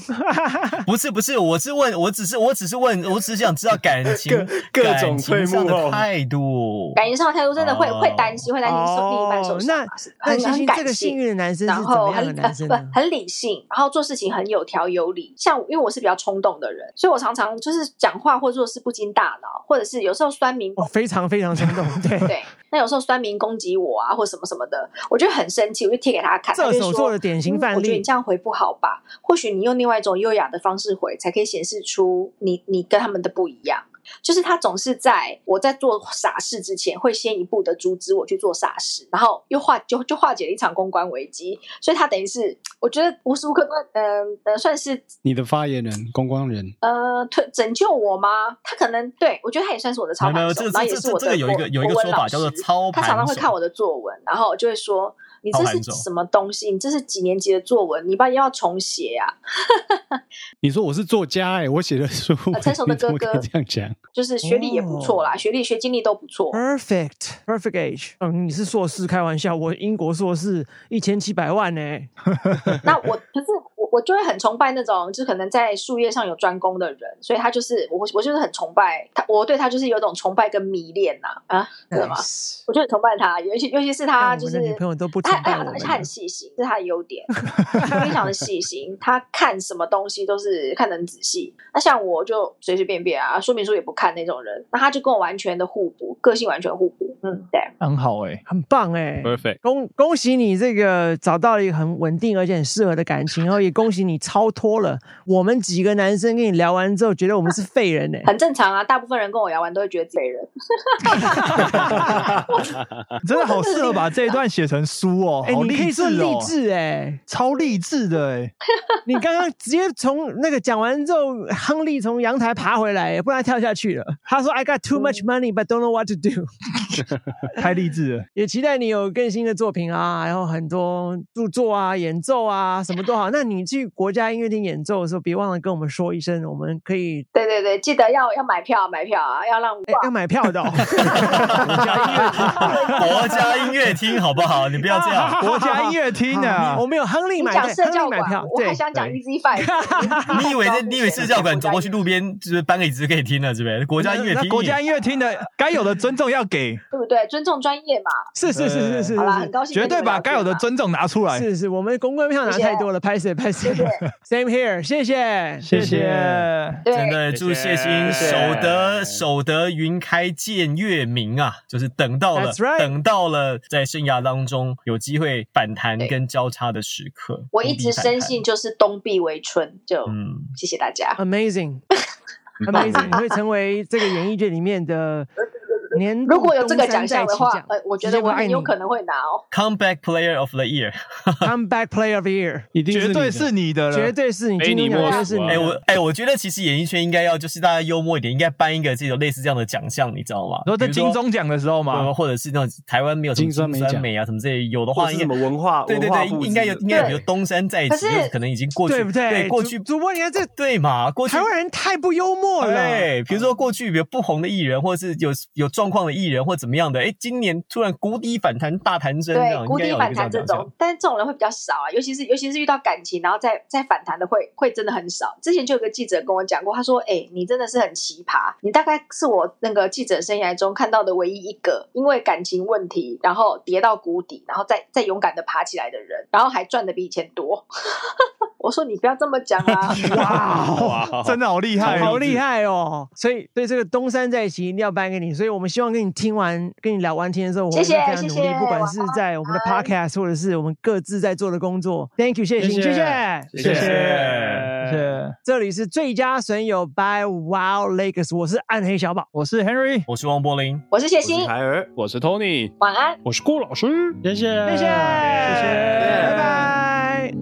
Speaker 8: 不是不是，我是问，我只是我只是问，我只是想知道感情
Speaker 5: 各各种
Speaker 8: 感情
Speaker 5: 退
Speaker 8: 上
Speaker 5: 幕哦后
Speaker 8: 的 态度。
Speaker 1: 感情上的态度真的会
Speaker 8: 哦
Speaker 1: 会担心，会担心受另一半受
Speaker 2: 哦
Speaker 1: 伤
Speaker 2: 那
Speaker 1: 嘛，是
Speaker 2: 那
Speaker 1: 很
Speaker 2: 欣
Speaker 1: 很
Speaker 2: 欣
Speaker 1: 感
Speaker 2: 这个幸
Speaker 1: 性
Speaker 2: 运的男生是
Speaker 1: 然
Speaker 2: 怎
Speaker 1: 后
Speaker 2: 么样的
Speaker 1: 很
Speaker 2: 男
Speaker 1: 很
Speaker 2: 生
Speaker 1: 不
Speaker 2: 呢？
Speaker 1: 很理性，然后做事情很有条有理。像因为我是比较冲动的人，所以我常常就是讲话或做事不经大脑，或者是有时候酸民
Speaker 2: 我
Speaker 8: 哦
Speaker 2: 非常非常冲动， 对。
Speaker 1: 对，那有时候酸民攻击我啊，或什么什么的，我就很生气，我就贴给他看。他
Speaker 2: 射
Speaker 1: 就
Speaker 2: 手
Speaker 1: 说
Speaker 2: 座的典型
Speaker 1: 嗯
Speaker 2: 范
Speaker 1: 我觉得
Speaker 2: 例
Speaker 1: 你这样回不好吧？或许你用另外一种优雅的方式回，才可以显示出你你跟他们的不一样。就是他总是在我在做傻事之前，会先一步的阻止我去做傻事，然后又化就就化解了一场公关危机。所以他等于是，我觉得无时无刻都在嗯呃算是
Speaker 3: 你的发言人、公关人，
Speaker 1: 呃，推拯救我吗？他可能对我觉得他也算是我的操
Speaker 8: 没有
Speaker 1: 盘手，
Speaker 8: 没有这
Speaker 1: 然后也
Speaker 8: 这
Speaker 1: 是
Speaker 8: 这
Speaker 1: 我
Speaker 8: 这
Speaker 1: 的
Speaker 8: 个有一
Speaker 1: 国
Speaker 8: 个有一个
Speaker 1: 国文
Speaker 8: 说法
Speaker 1: 老
Speaker 8: 叫做
Speaker 1: 师
Speaker 8: 操
Speaker 1: 他常常
Speaker 8: 盘
Speaker 1: 会
Speaker 8: 手
Speaker 1: 看我的作文，然后就会说你这
Speaker 8: 操
Speaker 1: 是
Speaker 8: 盘手
Speaker 1: 什么东西？你这是几年级的作文？你把要重写啊？
Speaker 3: 你说我是作家哎、我写的书，
Speaker 1: 啊成熟的
Speaker 3: 你怎么
Speaker 1: 哥哥
Speaker 3: 可以这样讲？
Speaker 1: 就是学历也不错
Speaker 8: 哦
Speaker 1: 啦，学历学经历都不 错。
Speaker 2: Perfect, perfect age。嗯，你是硕士，开玩笑，我英国硕士一千七百万呢、
Speaker 1: 那我可是我我就会很崇拜那种，就是可能在术业上有专攻的人，所以他就是我我就是很崇拜他，我对他就是有种崇拜跟迷恋呐啊，
Speaker 8: 嗯
Speaker 1: 知道吗？
Speaker 2: Nice
Speaker 1: 我就很崇拜他，尤其尤其是他
Speaker 2: 但
Speaker 1: 就
Speaker 2: 我的
Speaker 1: 是
Speaker 2: 女朋友都不崇
Speaker 1: 他
Speaker 2: 拜
Speaker 1: 他
Speaker 2: 我们
Speaker 1: 他很细心，这是他的优点，非常的细心。他看什么东西都是看得很仔细。那像我就随随便便啊，说明书也不看那种人，那他就跟我完全的互补，个性完全互补。嗯，对。
Speaker 6: 很好哎、
Speaker 2: 很棒哎、
Speaker 4: ，perfect。
Speaker 2: 恭恭喜你这个找到了一个很稳定而且很适合的感情，然后也恭喜你超脱了。我们几个男生跟你聊完之后，觉得我们是废人欸 呢、
Speaker 1: 很正常啊，大部分人跟我聊完都会觉得自己人。
Speaker 2: 啊
Speaker 6: 你真的好适合把这一段写成书哦，
Speaker 2: 哎、
Speaker 6: 好
Speaker 2: 你可
Speaker 6: 励
Speaker 2: 以
Speaker 6: 志
Speaker 2: 说励
Speaker 6: 哦，
Speaker 2: 志哎、
Speaker 6: 超励志的 哎、
Speaker 2: 你刚刚直接从那个讲完之后，亨利从阳台爬回来、不然他跳下去了。他说：“I got too much money, but don't know what to do。”
Speaker 6: 太励志了。
Speaker 2: 也期待你有更新的作品啊，然后很多著作啊、演奏啊，什么都好。那你去国家音乐厅演奏的时候，别忘了跟我们说一声，我们可以
Speaker 1: 对对对，记得要要买票买票啊，要让
Speaker 2: 哎要买票 的、哦。
Speaker 8: 国家音乐厅好不好？你不要这样。
Speaker 6: 国家音乐厅啊
Speaker 2: 我，
Speaker 8: 哦
Speaker 2: 们有亨利
Speaker 1: 你
Speaker 2: 买
Speaker 1: 讲
Speaker 2: 对
Speaker 1: 社
Speaker 2: 亨
Speaker 1: 教
Speaker 2: 利买
Speaker 1: 馆
Speaker 2: 票，，
Speaker 1: 我
Speaker 2: 对
Speaker 1: 还，想讲
Speaker 8: 对
Speaker 1: Easy Five。
Speaker 8: 你以为这你以为社教馆走过去路边就是搬个椅子就可以听了，是不是？国家音乐
Speaker 6: 那
Speaker 8: 厅，
Speaker 6: 国家音乐厅的该有的尊重要给。
Speaker 1: 对不对？尊重专业嘛。
Speaker 2: 是是是是是是
Speaker 1: 好啦，
Speaker 2: 是
Speaker 1: 很高兴
Speaker 6: 绝
Speaker 1: 跟你
Speaker 6: 对
Speaker 1: 们
Speaker 6: 把
Speaker 1: 聊
Speaker 6: 该
Speaker 1: 天
Speaker 6: 有的
Speaker 1: 啦
Speaker 6: 尊重拿出来。
Speaker 2: 是是，我们公关票拿
Speaker 1: 谢谢
Speaker 2: 太多了，拍谁拍谁
Speaker 1: 谢谢
Speaker 2: ，Same here，谢谢。
Speaker 6: 谢谢。
Speaker 8: 真
Speaker 1: 对，
Speaker 8: 的
Speaker 10: 谢谢
Speaker 8: 祝谢
Speaker 10: 谢
Speaker 8: 欣
Speaker 10: 谢
Speaker 8: 守得守得云开见月明啊！就是等到了
Speaker 2: That's right
Speaker 8: 等到了在生涯当中有机会反弹
Speaker 1: 对
Speaker 8: 跟交叉的时刻。
Speaker 1: 我一直
Speaker 8: 不必反弹
Speaker 1: 深信，就是冬必为春，就
Speaker 8: 嗯，
Speaker 1: 谢谢大家。
Speaker 2: Amazing，Amazing，
Speaker 11: 棒耶
Speaker 2: 你会成为这个演艺界里面 的年度
Speaker 1: 如果有这个
Speaker 2: 嗯东
Speaker 1: 奖
Speaker 2: 山
Speaker 1: 项
Speaker 2: 再
Speaker 1: 的
Speaker 2: 起
Speaker 1: 话
Speaker 2: 奖，
Speaker 1: 呃，我觉
Speaker 2: 直接
Speaker 1: 得我
Speaker 2: 爱
Speaker 1: 很有
Speaker 2: 你
Speaker 1: 可能会拿哦。
Speaker 8: Comeback Player of the Year，
Speaker 1: 呃
Speaker 2: Comeback Player of the Year，
Speaker 3: 一定
Speaker 6: 绝
Speaker 3: 你
Speaker 6: 对
Speaker 3: 的
Speaker 6: 是你的了，
Speaker 2: 绝对是你，
Speaker 10: 非
Speaker 2: 今
Speaker 10: 你
Speaker 2: 年
Speaker 10: 莫
Speaker 2: 绝对
Speaker 10: 属
Speaker 2: 是你
Speaker 10: 啊
Speaker 2: 的。
Speaker 8: 哎、我哎、我觉得其实演艺圈应该要就是大家幽默一点，应该颁一个这种类似这样的奖项，你知道吗？
Speaker 6: 然后在
Speaker 8: 比如说
Speaker 6: 金钟奖的时候嘛
Speaker 8: 对，或者是那种台湾没有什么
Speaker 3: 金酸梅奖
Speaker 8: 酸梅啊什么这些，有的
Speaker 5: 或
Speaker 8: 话
Speaker 5: 者
Speaker 8: 应
Speaker 5: 是
Speaker 8: 该
Speaker 5: 什么文化
Speaker 8: 对对
Speaker 5: 文化
Speaker 8: 对，
Speaker 5: 部
Speaker 8: 应
Speaker 5: 之
Speaker 8: 应该
Speaker 5: 类
Speaker 8: 有
Speaker 5: 的
Speaker 8: 应该有
Speaker 1: 对
Speaker 8: 比如东山再起，
Speaker 1: 可是
Speaker 8: 就是可能已经过去，
Speaker 2: 对不对
Speaker 8: 对，过去
Speaker 2: 主主播你看这
Speaker 8: 对嘛，过去哎
Speaker 2: 台湾人太不幽默了。
Speaker 8: 对，比如说
Speaker 1: 嗯
Speaker 8: 过去比如不红的艺人，或者是有有状况的艺人，或怎么样的，哎，今年突然谷底反弹大弹升，这样
Speaker 1: 对，谷
Speaker 8: 应该
Speaker 1: 底
Speaker 8: 有一
Speaker 1: 反
Speaker 8: 个
Speaker 1: 弹
Speaker 8: 样
Speaker 1: 这
Speaker 8: 的奖项
Speaker 1: 种，但是这种人会比较少啊，尤其是尤其是遇到感情，然后再再反弹的会会真的很少。之前就有个记者跟我讲过，他说：“哎、你真的是很奇葩，你大概是我那个记者生涯中看到的唯一一个因为感情问题，然后跌到谷底，然后再再勇敢的爬起来的人，然后还赚的比以前多。” 我说：“你不要这么讲啊。
Speaker 6: 哇
Speaker 10: 哇
Speaker 6: 哦， 真的好厉害，
Speaker 2: 好厉！害哦！所以对这个东山再起一定要颁给你，所以我们希望跟你听完、跟你聊完天之后，我们
Speaker 1: 谢谢
Speaker 2: 非常努
Speaker 1: 谢
Speaker 2: 力，
Speaker 1: 谢
Speaker 2: 不管是在我们的 podcast 或者是我们各自在做的工作。Thank you，谢谢，
Speaker 3: 谢谢
Speaker 2: 谢谢。
Speaker 10: 谢谢
Speaker 6: 谢谢，
Speaker 2: 这里是最佳损友 by Wow Lakers，我是暗黑小宝，
Speaker 6: 我是 Henry，
Speaker 8: 我是王柏林，
Speaker 1: 我是谢
Speaker 5: 我是
Speaker 1: 欣，
Speaker 5: 海尔，
Speaker 10: 我是 Tony，
Speaker 1: 晚安。
Speaker 3: 我是郭老师，谢谢，
Speaker 2: 谢谢，谢谢，拜拜。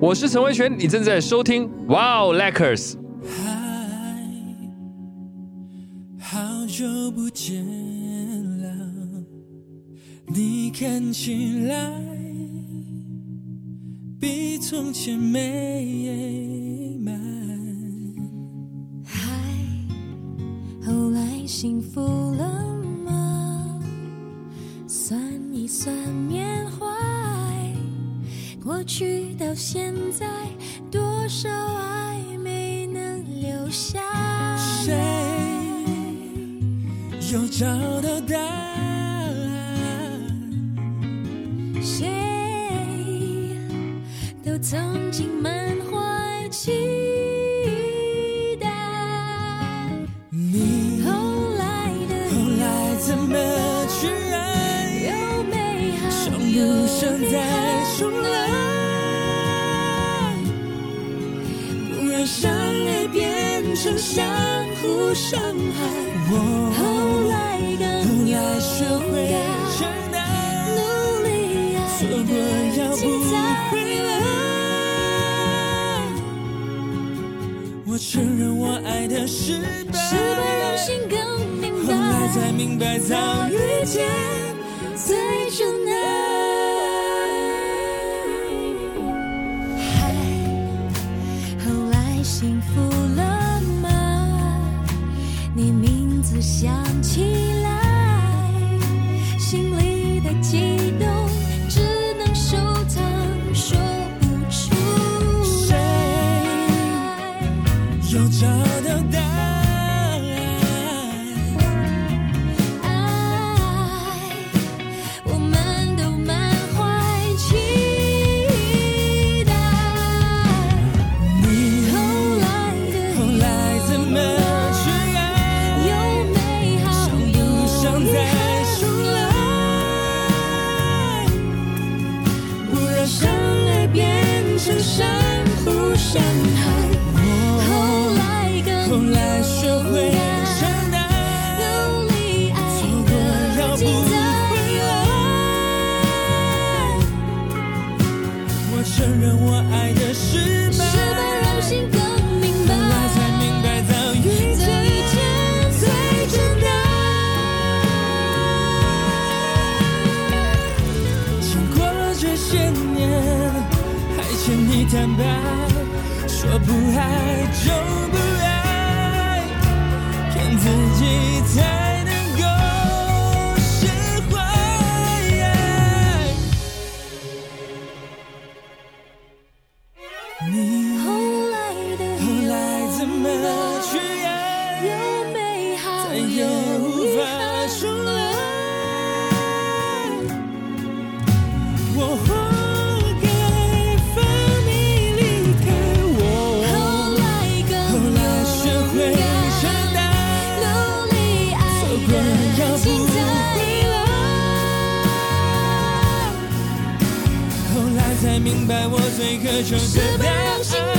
Speaker 12: 我是陈维权，你正在收听 Wow Lakers。
Speaker 4: 嗨，好久不见了，你看起来比从前美满。
Speaker 13: 嗨，后来幸福了吗？算一算缅怀，过去到现在，多少爱没能留下
Speaker 4: 谁
Speaker 13: 来。
Speaker 4: 又找到答案？
Speaker 13: 谁都曾经满怀期待，
Speaker 4: 你
Speaker 13: 后来的
Speaker 4: 后来怎么去爱？
Speaker 13: 有美好
Speaker 4: 像
Speaker 13: 有
Speaker 4: 无声在重来，不让相爱变成相互伤害。
Speaker 13: 后
Speaker 4: 我
Speaker 13: 来更
Speaker 4: 后来学会承担，
Speaker 13: 努力爱
Speaker 4: 错过要
Speaker 13: 的
Speaker 4: 不
Speaker 13: 精彩。
Speaker 4: 回来。我承认我爱的失败，
Speaker 13: 是不让心更明
Speaker 4: 后来才
Speaker 13: 白，
Speaker 4: 明白早遇见
Speaker 13: 最真爱。嗨，后来幸福了吗？你名字响起来，心里的激动只能收藏，说不出
Speaker 4: 谁
Speaker 13: 来。
Speaker 4: 又找到答案。
Speaker 13: 爱，我们都满怀期待。
Speaker 4: 你
Speaker 13: 后来
Speaker 4: 后
Speaker 13: 的
Speaker 4: 来怎么去爱？
Speaker 13: 有美好，
Speaker 4: 像不像
Speaker 13: 有遗
Speaker 4: 在重
Speaker 13: 憾，
Speaker 4: 来？不让相爱变成相互伤害。
Speaker 13: 后
Speaker 4: 我
Speaker 13: 来
Speaker 4: 后
Speaker 13: 更
Speaker 4: 来学会承担，
Speaker 13: 努力爱
Speaker 4: 错过要
Speaker 13: 的
Speaker 4: 不
Speaker 13: 精彩。
Speaker 4: 回来。我承认我爱的失败，
Speaker 13: 是否让心更明
Speaker 4: 后来
Speaker 13: 白？
Speaker 4: 才明白早遇
Speaker 13: 这一
Speaker 4: 见
Speaker 13: 天最真爱。
Speaker 4: 经过了这些年，还欠你坦白，说不爱就不爱，骗自己才能够释怀。你
Speaker 13: 后来的
Speaker 4: 后来怎么去爱，
Speaker 13: 有美好，
Speaker 4: 再也
Speaker 13: 有
Speaker 4: 无
Speaker 13: 遗
Speaker 4: 法
Speaker 13: 憾。
Speaker 4: 重来。
Speaker 13: 明白我最渴求的答案。